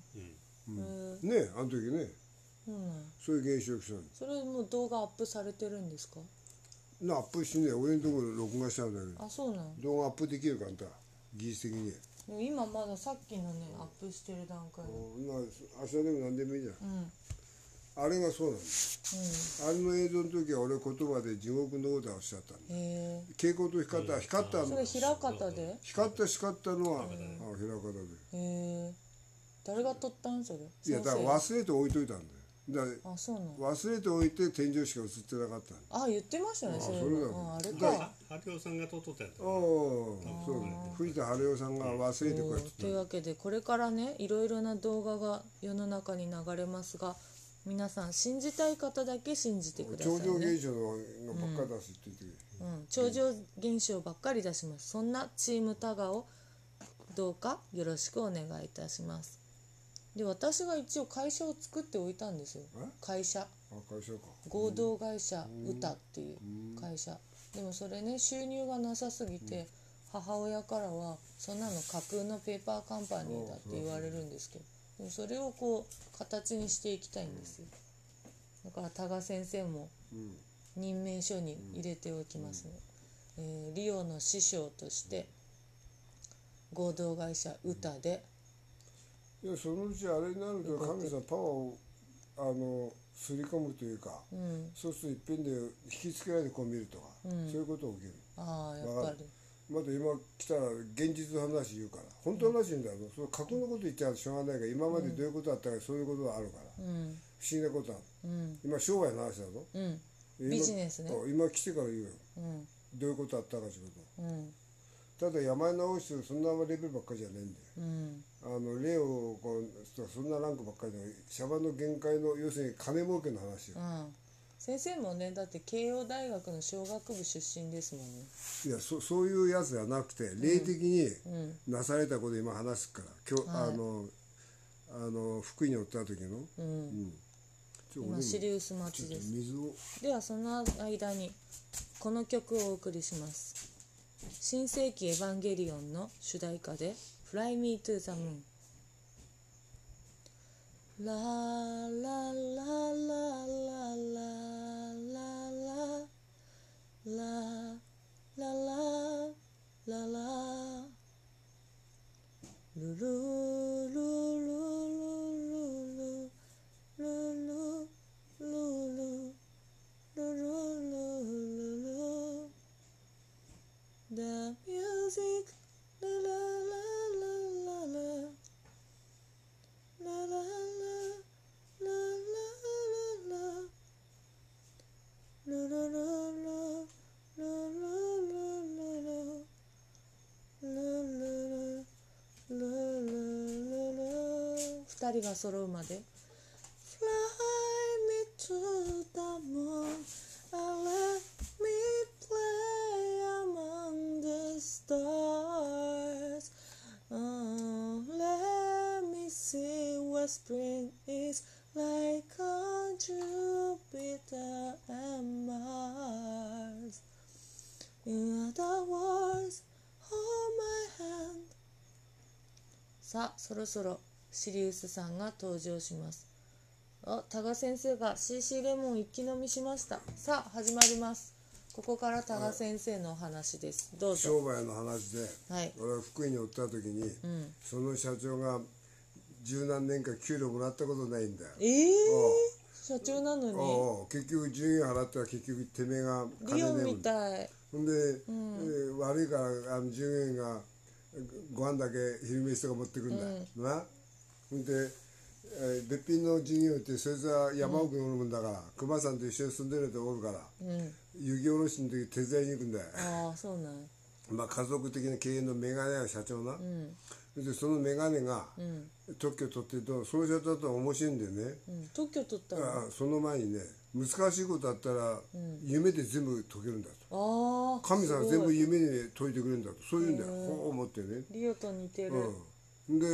Speaker 2: ね
Speaker 1: やへえ
Speaker 2: えあの時ね
Speaker 1: そうなんや
Speaker 2: そういう現象が来たの
Speaker 1: それもう動画アップされてるんですか
Speaker 2: なアップしてね俺のところで録画したんだけ
Speaker 1: あそうなんや
Speaker 2: ど動画アップできるかあんた技術的に
Speaker 1: でも今まださっきのねアップしてる段階で
Speaker 2: まあ明日でも何でもいいじゃん
Speaker 1: うんうん
Speaker 2: あれがそうなんだあれの映像の時は俺言葉で地獄のオーダーをしちゃったんだ
Speaker 1: へえ
Speaker 2: 蛍光灯光った光った
Speaker 1: そ
Speaker 2: の
Speaker 1: れ平方でへ
Speaker 2: 光った光ったのはあ平方で
Speaker 1: え誰が撮ったんそれ
Speaker 2: いやだから
Speaker 1: 先
Speaker 2: 忘れて置いといたんだよだか
Speaker 1: 生あそうなんや
Speaker 2: ら忘れて置いて天井しか映ってなかったんだ
Speaker 1: あ言ってましたねそれ
Speaker 2: それだよ
Speaker 1: うんあれ
Speaker 3: あ
Speaker 1: か
Speaker 3: ははきおさんが撮っとったやつ。
Speaker 2: おおそうだね藤田晴夫さんが忘れてこうやって
Speaker 1: というわけでこれからねいろいろな動画が世の中に流れますが皆さん信じたい方だけ信じてください
Speaker 2: 超
Speaker 1: ね
Speaker 2: 常現象のばっか出すって言って、
Speaker 1: うん、超常現象ばっかり出しますそんなチームタガをどうかよろしくお願いいたしますで私が一応会社を作っておいたんですよ
Speaker 2: え
Speaker 1: 会社
Speaker 2: あ会社か
Speaker 1: 合同会社歌っていう会社でもそれね収入がなさすぎて母親からはそんなの架空のペーパーカンパニーだって言われるんですけどでもそれをこう形にしていきたいんですよだから多賀先生も
Speaker 2: ん
Speaker 1: 任命書に入れておきますね、えーリオの師匠として合同会社歌で、
Speaker 2: いやそのうちあれになると神様パワーをあのすり込むというか、
Speaker 1: うん
Speaker 2: そうするといっぺんで引きつけられてこう見るとか、
Speaker 1: うん
Speaker 2: そういうこと起きる
Speaker 1: ああやっぱり
Speaker 2: まだ今来たら現実の話言うから本当の話言うんだよ、その架空のこと言っちゃしょうがないから今までどういうことだったかそういうことがあるから、
Speaker 1: うん
Speaker 2: 不思議なことある
Speaker 1: うん
Speaker 2: 今商売の話だぞ
Speaker 1: うん
Speaker 2: 今
Speaker 1: ビジネスね
Speaker 2: そう今来てから言うよ
Speaker 1: うん
Speaker 2: どういうことあったかってこ
Speaker 1: うん
Speaker 2: とただ山直しとそんなレベルばっかりじゃないんだよ
Speaker 1: うん
Speaker 2: あの例をこうそんなランクばっかりでシャバの限界の要するに金儲けの話
Speaker 1: う
Speaker 2: よ、
Speaker 1: ん先生もねだって慶応大学の小学部出身ですもんね
Speaker 2: いやそそういうやつじゃなくて霊的に
Speaker 1: うん
Speaker 2: なされたことを今話すから今日、
Speaker 1: はい
Speaker 2: あのあの福井におった時の、
Speaker 1: うん
Speaker 2: うん、ちょ俺も
Speaker 1: 今シリウス待
Speaker 2: ちょ
Speaker 1: ち
Speaker 2: っと
Speaker 1: です
Speaker 2: 水を
Speaker 1: ではその間にこの曲をお送りします新世紀エヴァンゲリオンの主題歌で「Fly Me to the Moon」ララララララララララララルルルルルルルルルルルルルルル The music ララララララララララララララルルルルルルルルルルルルルル二人が揃うまで Fly me to the moon and let me play among the stars. Oh, let me see what spring is like on Jupiter and Mars. In other words, hold my hand. さあ、そろそろシリウスさんが登場します。あ、多賀先生が CC レモン一気飲みしました。さあ、始まります。ここから多賀先生のお話です。どうぞ。
Speaker 2: 商売の話で
Speaker 1: はい。
Speaker 2: 俺は福井におった時に、
Speaker 1: ん
Speaker 2: その社長が十何年間給料もらったことないんだよ
Speaker 1: ええ
Speaker 2: おう
Speaker 1: 社長なのに
Speaker 2: おうおう結局順位払ったら結局てめえが
Speaker 1: リ
Speaker 2: 金
Speaker 1: オ
Speaker 2: ね
Speaker 1: ン
Speaker 2: え
Speaker 1: み
Speaker 2: もんだ
Speaker 1: たい
Speaker 2: ほんで、えー悪いからあの従業員がご飯だけ昼飯とか持ってくんだ、なほんで、えー、べっぴんの従業員ってそいつは山奥におるもんだから、熊さんと一緒に住んでるとおるから、雪下ろしの時手伝いに行くんだよ、
Speaker 1: ああそうなん
Speaker 2: まあ、家族的な経営のメガネ屋社長な、でそのメガネが特許取ってるとその社長だと面白いんでね、
Speaker 1: うん特許取ったのあ
Speaker 2: あその前にね難しいことあったら夢で全部解けるんだと、
Speaker 1: あー
Speaker 2: 神様は
Speaker 1: す
Speaker 2: 全
Speaker 1: ご
Speaker 2: 部
Speaker 1: い
Speaker 2: 夢に解いてくれるんだとそういうんだよこう思ってね、
Speaker 1: リオと似てる
Speaker 2: うん、で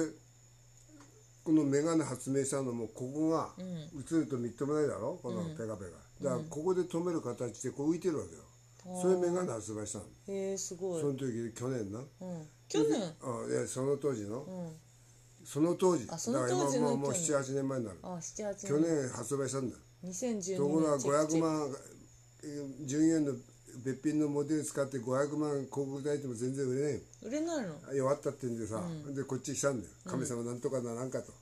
Speaker 2: このメガネ発明したのもここが映るとみっともないだろこのペカペカだからここで止める形でこう浮いてるわけよ、そういうメガネ発売したの
Speaker 1: へえすごい
Speaker 2: その時去年な、
Speaker 1: うん去年
Speaker 2: あいやその当時の、その当時
Speaker 1: あその当
Speaker 2: だか
Speaker 1: 時
Speaker 2: ら
Speaker 1: の
Speaker 2: 今もう
Speaker 1: 去年
Speaker 2: 78年前になる
Speaker 1: あ七八
Speaker 2: 去年発売したんだよ
Speaker 1: 2012年
Speaker 2: ところが
Speaker 1: チェックチェック
Speaker 2: 500万えー従業員の別品のモデル使って500万広告代いても全然売れないよ
Speaker 1: 売れないの
Speaker 2: あ弱ったってんでさ、でこっち来たんだよ神様なんとかならんかと、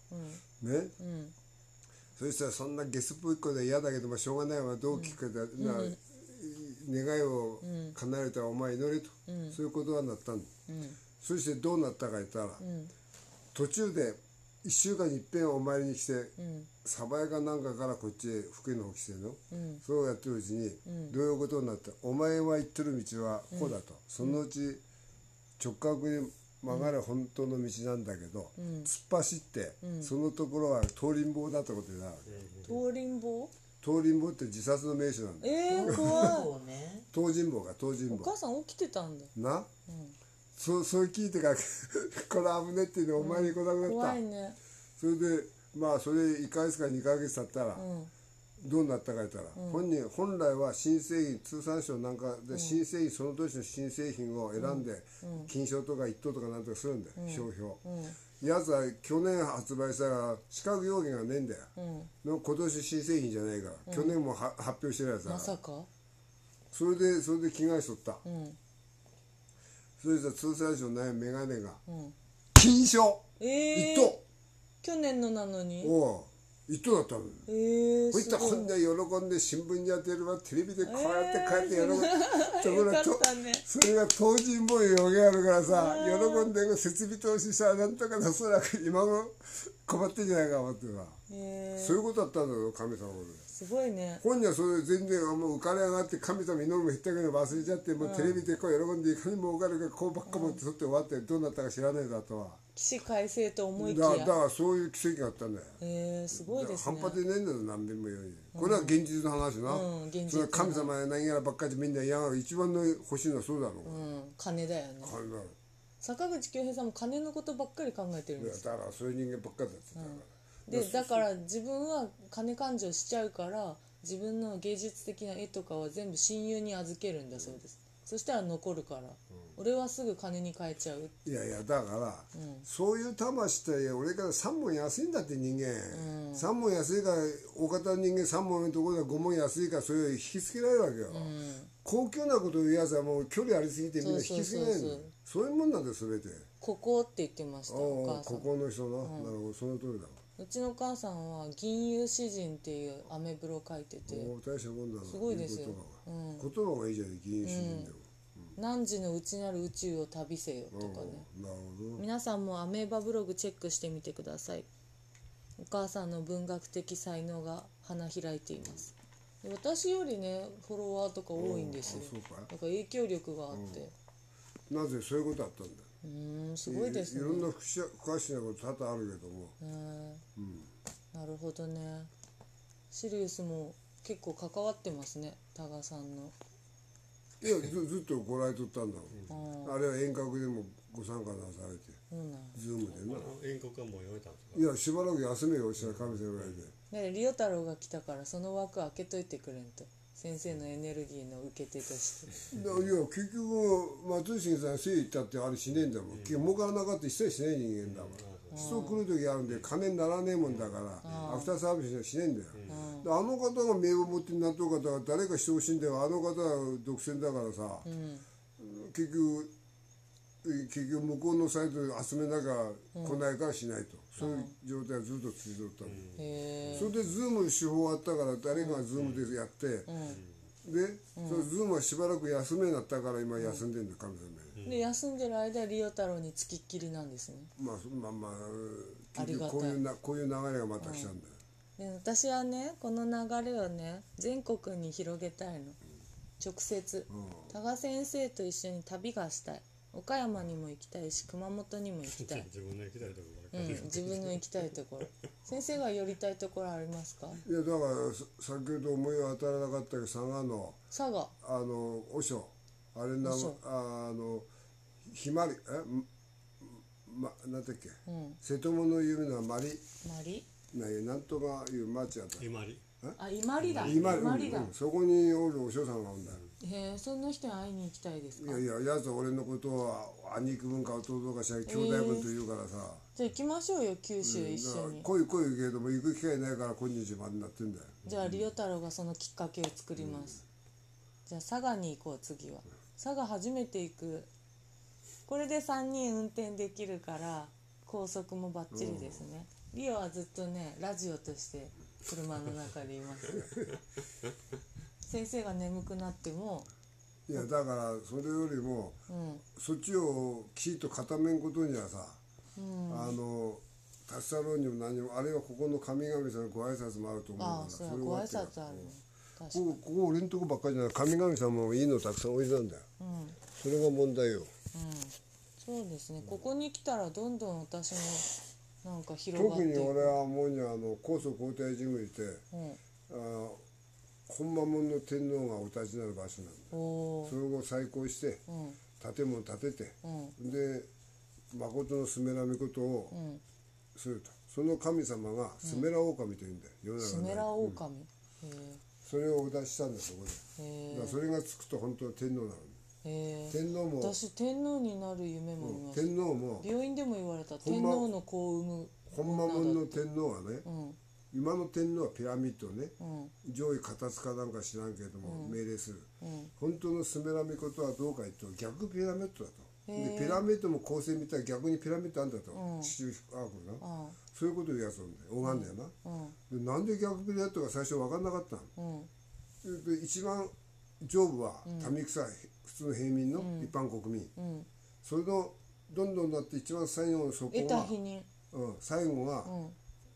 Speaker 2: ね、
Speaker 1: ん
Speaker 2: そしたらそんなゲスっぽい子で嫌だけど、まあ、しょうがないわどう聞くかだ、な願いを叶えるたらお前祈れと、そういう言葉になったんだ、そしてどうなったか言ったら、途中で1週間にいっぺんお参りに来て、鯖江かなんかからこっちへ福井の方来てんの、そうやってるうちに、どういうことになったお前は行ってる道はこうだと、そのうち、直角に曲がる本当の道なんだけど、突っ走って、そのところは通りん坊だってことになるわけ、
Speaker 1: 東林坊
Speaker 2: 通りん坊って自殺の名手なんだよ
Speaker 1: えー、怖い
Speaker 4: そうね。
Speaker 2: 東尋坊か東尋
Speaker 1: お母
Speaker 2: 坊
Speaker 1: さん起きてたんだ
Speaker 2: な、そう [LAUGHS] そう聞いてからこれ危ねっていうのお前に来なくなった、
Speaker 1: 怖いね
Speaker 2: それでまあそれ1ヶ月か2ヶ月経ったら、どうなったか言ったら、本人本来は新製品通産省なんかで新製品、その年の新製品を選んで、金賞とか一等とかなんとかするんだよ、商標、やつは去年発売したら資格要件がねえんだよ、の今年新製品じゃないから、去年もは発表してるやつ
Speaker 1: ま
Speaker 2: だから
Speaker 1: さか
Speaker 2: それでそれで気がしとった、それじゃ通産省ないメガネが
Speaker 1: うん
Speaker 2: 金賞
Speaker 1: え
Speaker 2: 一
Speaker 1: え
Speaker 2: 等
Speaker 1: 去年のなのに
Speaker 2: おう一等だったの
Speaker 1: ええ
Speaker 2: こういっ
Speaker 1: す
Speaker 2: た
Speaker 1: ご
Speaker 2: こ
Speaker 1: い
Speaker 2: んな喜んで新聞に当てればテレビでこうやってこうやって喜ぶ、とこ
Speaker 1: よ
Speaker 2: ろ
Speaker 1: か
Speaker 2: が
Speaker 1: っ
Speaker 2: と
Speaker 1: たね
Speaker 2: それが当人も余計あるからさ喜んで設備投資したらなんとかなそらく今頃困ってんじゃないか思ってさ、
Speaker 1: ええ
Speaker 2: そういうことだったんだよ神様これ
Speaker 1: すごいね
Speaker 2: 本人はそれ全然もう浮かれ上がって神様祈るもひったくれも忘れちゃってもうテレビでこう喜んでいかにも浮かれがこうばっか持って取って終わってどうなったか知らねえだとは
Speaker 1: 起死回生と思いき
Speaker 2: だだか
Speaker 1: や
Speaker 2: らそういう奇跡があったんだよ
Speaker 1: ええすごいです
Speaker 2: 半
Speaker 1: ね
Speaker 2: 端でないんだよ何遍も言うようにこれは現実の話な、
Speaker 1: うん現実の
Speaker 2: それは神様や何やらばっかりでみんな嫌がる一番の欲しいのはそうだろう、
Speaker 1: うん金だよね
Speaker 2: これだろ
Speaker 1: 坂口恭平さんも金のことばっかり考えてるん
Speaker 2: いや
Speaker 1: です
Speaker 2: だからそういう人間ばっかりだってだから、
Speaker 1: でだから自分は金勘定しちゃうから自分の芸術的な絵とかは全部親友に預けるんだそうです、そしたら残るから、俺はすぐ金に変えちゃう
Speaker 2: いやいやだから、そういう魂って俺から3問安いんだって人間、三3問安いから大方の人間3問のところで5問安いからそれを引きつけられるわけよ、高級なことを言うやつはもう距離ありすぎてみんな引きつけないんだ
Speaker 1: そ
Speaker 2: よ
Speaker 1: うそうそう
Speaker 2: そういうもんなんだよ全て
Speaker 1: ここって言ってましたお
Speaker 2: ああ
Speaker 1: 母さん
Speaker 2: ここの人な、なるほどその通りだわ
Speaker 1: うちのお母さんは銀融詩人っていうアメブロ書いてて、
Speaker 2: もう大したもんだな
Speaker 1: すごいですよ
Speaker 2: 言う言葉が、言葉がいいじゃない議員主任でも、
Speaker 1: 何時のうちなる宇宙を旅せよとかね、
Speaker 2: うんなるほど
Speaker 1: 皆さんもアメーバブログチェックしてみてくださいお母さんの文学的才能が花開いていますで私よりねフォロワーとか多いんですよ
Speaker 2: あそうかい
Speaker 1: だから影響力があって
Speaker 2: なぜそういうことあったんだ
Speaker 1: うーんすごいです
Speaker 2: いろん
Speaker 1: ね
Speaker 2: な不可不可思議なこと多々あるけども
Speaker 1: うんなるほどねシリウスも結構関わってますね多賀さんの
Speaker 2: い
Speaker 1: [LAUGHS]
Speaker 2: やずずっとご来とったんだもん、あれは遠隔でもご参加なされて
Speaker 1: うんなん
Speaker 2: ズームでな
Speaker 3: 遠国はもう読めたんですか、
Speaker 2: いやしばらく休めよおっしゃる神様ぐらい
Speaker 1: で
Speaker 2: で
Speaker 1: リオ太郎が来たからその枠開けといてくれんと先生のエネルギーの受け手として
Speaker 2: だからいや結局松重さん誠意言ったってあれしねえんだもん、結局儲からなかった一切しない人間だもん、人来る時あるんで金にならねえもんだから、アフターサービスしねえんだよ、であの方が名簿持ってなっとう方は誰かしてほしいんだよあの方は独占だからさ、結局結局向こうのサイトで集めなきゃ来ないからしないと、そういう状態はずっと続いとったんだよ、
Speaker 1: へえ
Speaker 2: それでズームの手法あったから誰かがズームでやって、で、そのズームはしばらく休めになったから今休んでんだ神様に、
Speaker 1: で休んでる間リオ太郎につきっきりなんですね
Speaker 2: まあそまあまあ
Speaker 1: あり
Speaker 2: 結
Speaker 1: がたい
Speaker 2: 局こういうなこういう流れがまた来たんだよ、
Speaker 1: で私はねこの流れをね全国に広げたいの直接多賀先生と一緒に旅がしたい岡山にも行きたいし熊本にも行き [LAUGHS] たい
Speaker 3: 自分の行きたいところ
Speaker 1: う
Speaker 3: ばっか
Speaker 1: ん
Speaker 3: り、
Speaker 1: 自分の行きたいと [LAUGHS] ころ先生が寄りたいところありますか
Speaker 2: いやだからさ先ほど思いは当たらなかったけど佐賀の
Speaker 1: 佐賀
Speaker 2: あの和尚あれな
Speaker 1: 和尚
Speaker 2: ああのひまりえんまなんだっけ、
Speaker 1: ん
Speaker 2: 瀬戸物の有名なまり
Speaker 1: マリ
Speaker 2: なんなんとかいうマーチやった
Speaker 3: 伊万里
Speaker 1: あ伊万里だ
Speaker 2: ひまり、
Speaker 1: 伊万里だ、
Speaker 2: うんうんそこにおるお嬢さんがおるんだよ
Speaker 1: へえその人に会いに行きたいです
Speaker 2: い
Speaker 1: か
Speaker 2: やいややつは俺のことは兄貴分か弟かしら兄弟分と言うからさ、
Speaker 1: じゃあ行きましょうよ九州一
Speaker 2: だ
Speaker 1: 緒
Speaker 2: から
Speaker 1: に、
Speaker 2: 来い来い言うけれども行く機会ないから今日までになってんだよ
Speaker 1: じゃあリオ太郎がそのきっかけを作ります、じゃあ佐賀に行こう次は佐賀初めて行くこれで3人運転できるから高速もバッチリですね、リオはずっとねラジオとして車の中でいます先生が眠くなっても
Speaker 2: いやだからそれよりも
Speaker 1: うん
Speaker 2: そっちをきちっと固めんことにはさ、あの達者論にも何にもあるいはここの神々さんのご挨拶もあると思うから
Speaker 1: ああそれは
Speaker 2: れ
Speaker 1: ご
Speaker 2: 終わ
Speaker 1: 挨
Speaker 2: ってから
Speaker 1: 拶あるね確か
Speaker 2: こ
Speaker 1: に
Speaker 2: こここ俺のとこばっかりじゃない神々さんもいいのたくさん置いてたんだよ、それが問題よ
Speaker 1: そうですねここに来たらどんどん私もなんか広がっ
Speaker 2: 特
Speaker 1: てい
Speaker 2: に
Speaker 1: く
Speaker 2: 俺は思うにはあの高祖皇帝神宮行って、
Speaker 1: うん、
Speaker 2: あ本間門の天皇がお立ちになる場所なんだ
Speaker 1: おお
Speaker 2: それを再興して
Speaker 1: ーうん
Speaker 2: 建物を建てて、
Speaker 1: うん
Speaker 2: で誠のスメラミことを
Speaker 1: うん
Speaker 2: すると、その神様がスメラ狼というんだよ、世
Speaker 1: ス
Speaker 2: の
Speaker 1: メ
Speaker 2: 中
Speaker 1: ラ
Speaker 2: の
Speaker 1: オオカミへ
Speaker 2: それをお出ししたんだそこで、
Speaker 1: えへ
Speaker 2: だからそれがつくと本当は天皇なの
Speaker 1: えへえ
Speaker 2: 天皇も
Speaker 1: 私天皇になる夢も見ました
Speaker 2: 天皇も
Speaker 1: 病院でも言われた
Speaker 2: ん
Speaker 1: 天
Speaker 2: ま
Speaker 1: 皇の子を産む
Speaker 2: 本間門の天皇はね、
Speaker 1: うん
Speaker 2: 今の天皇はピラミッドをね、
Speaker 1: うん
Speaker 2: 上位肩つかなんか知らんけれども、命令する、
Speaker 1: うん
Speaker 2: 本当のスメラミことはどうか言っても逆ピラミッドだと、でピラミッドも構成見たら逆にピラミッドあんだと、
Speaker 1: うん
Speaker 2: 地中深くな、
Speaker 1: あ
Speaker 2: そういうことでやつなんだよ拝んだよな、
Speaker 1: あうん
Speaker 2: でなんで逆ピラやったか最初分かんなかったの
Speaker 1: うん
Speaker 2: で一番上部は民草、普通の平民の
Speaker 1: うん
Speaker 2: 一般国民、
Speaker 1: うん
Speaker 2: それのどんどんなって一番最後のそこ
Speaker 1: 得た
Speaker 2: は、
Speaker 1: 否認
Speaker 2: うん、最後は
Speaker 1: うん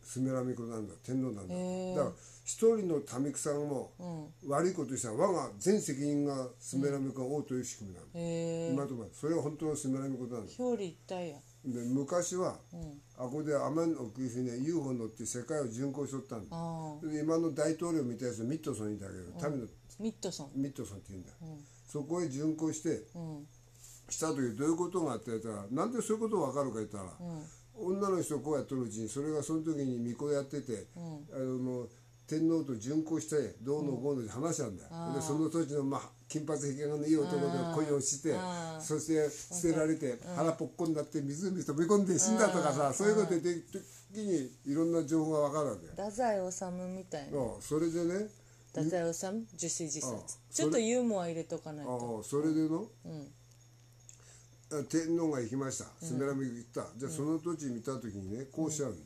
Speaker 2: スメラミコなんだ天皇なんだ、
Speaker 1: へー
Speaker 2: だから一人の民草も
Speaker 1: うん
Speaker 2: 悪いことしたら我が全責任がスメラミコ王という仕組みなんだ、
Speaker 1: へえ
Speaker 2: 今とまでそれは本当のスメラミコなんだ
Speaker 1: 表裏一体や
Speaker 2: で昔は
Speaker 1: うん
Speaker 2: あこで天の国船 UFO 乗って世界を巡航しとったんだ
Speaker 1: ああ
Speaker 2: で今の大統領みたいなやつミッドソンいんだけど民の
Speaker 1: ミッドソン
Speaker 2: ミッドソンって言うんだ
Speaker 1: うん
Speaker 2: そこへ巡航して
Speaker 1: うん
Speaker 2: した時どういうことがあって言ったらなんでそういうこと分かるか言ったら、
Speaker 1: うん
Speaker 2: 女の人こうやっとるうちにそれがその時に巫女やってて、
Speaker 1: うん
Speaker 2: あの天皇と巡行してどうのこうのって話したんだよ、
Speaker 1: あー
Speaker 2: でその当時の、まあ、金髪ひげがのいい男で
Speaker 1: あー
Speaker 2: 恋をして
Speaker 1: あー
Speaker 2: そして捨てられて腹ポッコになって湖に飛び込んで死んだとかさそういうことで時にいろんな情報が分かるわけよ
Speaker 1: 太宰治みたいな
Speaker 2: ああそれでね
Speaker 1: 太宰治受水自
Speaker 2: ああ
Speaker 1: 殺
Speaker 2: そ
Speaker 1: ち
Speaker 2: れ
Speaker 1: ょっとユーモア入れとかない
Speaker 2: あ
Speaker 1: と
Speaker 2: あそれでの
Speaker 1: うん
Speaker 2: あ天皇が行きましたスメラミ行った、じゃあその土地見た時にねこうしちゃうの、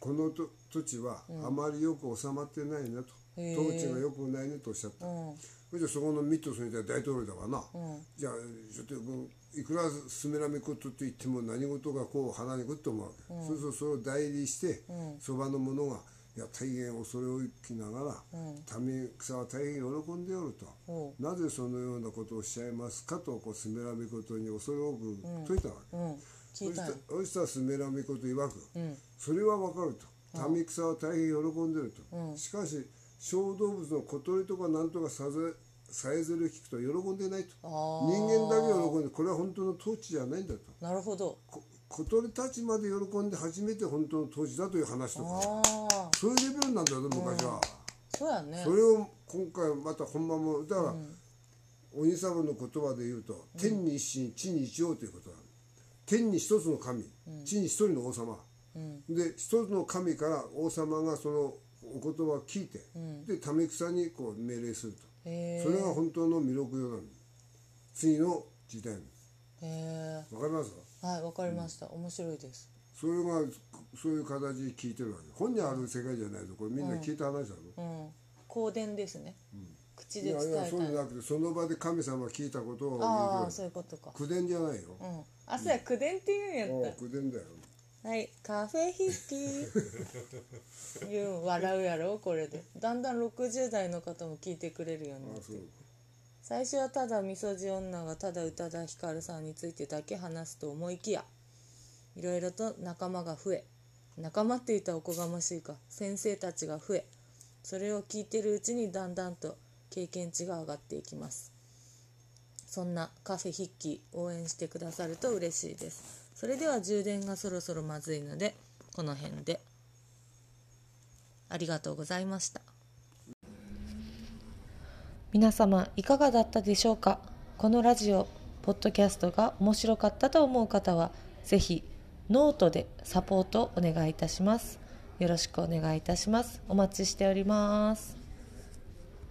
Speaker 2: このと土地はあまりよく収まってないなと、
Speaker 1: へえ
Speaker 2: 統治がよくないねとおっしゃった、
Speaker 1: うん
Speaker 2: それじゃあそこのミッドソンにいた大統領だからな、
Speaker 1: うん
Speaker 2: じゃあちょっとこういくらスメラミコとって言っても何事がこう鼻にくっと思うわけ、そうするとそれを代理して、
Speaker 1: うん
Speaker 2: そばの者がいや大変恐れおきながら、民草は大変喜んでおると、
Speaker 1: おう
Speaker 2: なぜそのようなことをおっしゃいますかとこうスメラミコとに恐れ多く説いたわけ、
Speaker 1: うん
Speaker 2: そ
Speaker 1: 聞い
Speaker 2: したた
Speaker 1: よ
Speaker 2: そしたらスメラミコと曰く、
Speaker 1: うん
Speaker 2: それはわかると民草は大変喜んでると、
Speaker 1: うん
Speaker 2: しかし小動物の小鳥とかなんとかさぜさえずりを聞くと喜んでないと
Speaker 1: あ
Speaker 2: 人間だけ喜
Speaker 1: ぶ
Speaker 2: んでこれは本当の統治じゃないんだと
Speaker 1: なるほど
Speaker 2: こ小鳥たちまで喜んで初めて本当の統治だという話とか
Speaker 1: ああ
Speaker 2: そういうレベルなんだよ昔は。
Speaker 1: そうやね
Speaker 2: それを今回また本番もだから、お兄様の言葉で言うと天に一神地に一王ということなの天に一つの神、地に一人の王様、
Speaker 1: うん
Speaker 2: で一つの神から王様がそのお言葉を聞いて、
Speaker 1: ん
Speaker 2: で民草にこう命令すると、
Speaker 1: へえ
Speaker 2: それが本当の弥勒世なの次の時代
Speaker 1: へえ
Speaker 2: のわかりますか
Speaker 1: はいわかりました面白いです
Speaker 2: それがそういう形で聞いてるわけ本にある世界じゃないとこれみんな聞いた話だ
Speaker 1: う
Speaker 2: ろ、
Speaker 1: ん香典ですね口
Speaker 2: い
Speaker 1: で
Speaker 2: や
Speaker 1: 伝
Speaker 2: いや
Speaker 1: え
Speaker 2: そうじゃ
Speaker 1: たい
Speaker 2: なくてその場で神様が聞いたこと
Speaker 1: あ
Speaker 2: を言うぐら
Speaker 1: あ
Speaker 2: い
Speaker 1: そういうことか
Speaker 2: 口伝じゃないよ。
Speaker 1: うんあそうや口伝って言うん
Speaker 2: お
Speaker 1: や
Speaker 2: う
Speaker 1: っ
Speaker 2: 口伝だよ。
Speaker 1: たはいカフェヒッ
Speaker 2: [LAUGHS]
Speaker 1: キー言うん笑うやろこれでだんだん60代の方も聞いてくれるようにな
Speaker 2: あ
Speaker 1: っ
Speaker 2: あ
Speaker 1: て
Speaker 2: そう。
Speaker 1: 最初はただみそじ女がただ宇多田ヒカルさんについてだけ話すと思いきやいろいろと仲間が増え仲間っていたらおこがましいか先生たちが増えそれを聞いてるうちにだんだんと経験値が上がっていきますそんなカフェ筆記応援してくださると嬉しいですそれでは充電がそろそろまずいのでこの辺でありがとうございました皆様いかがだったでしょうかこのラジオポッドキャストが面白かったと思う方はぜひノートでサポートをお願いいたしますよろしくお願いいたしますお待ちしております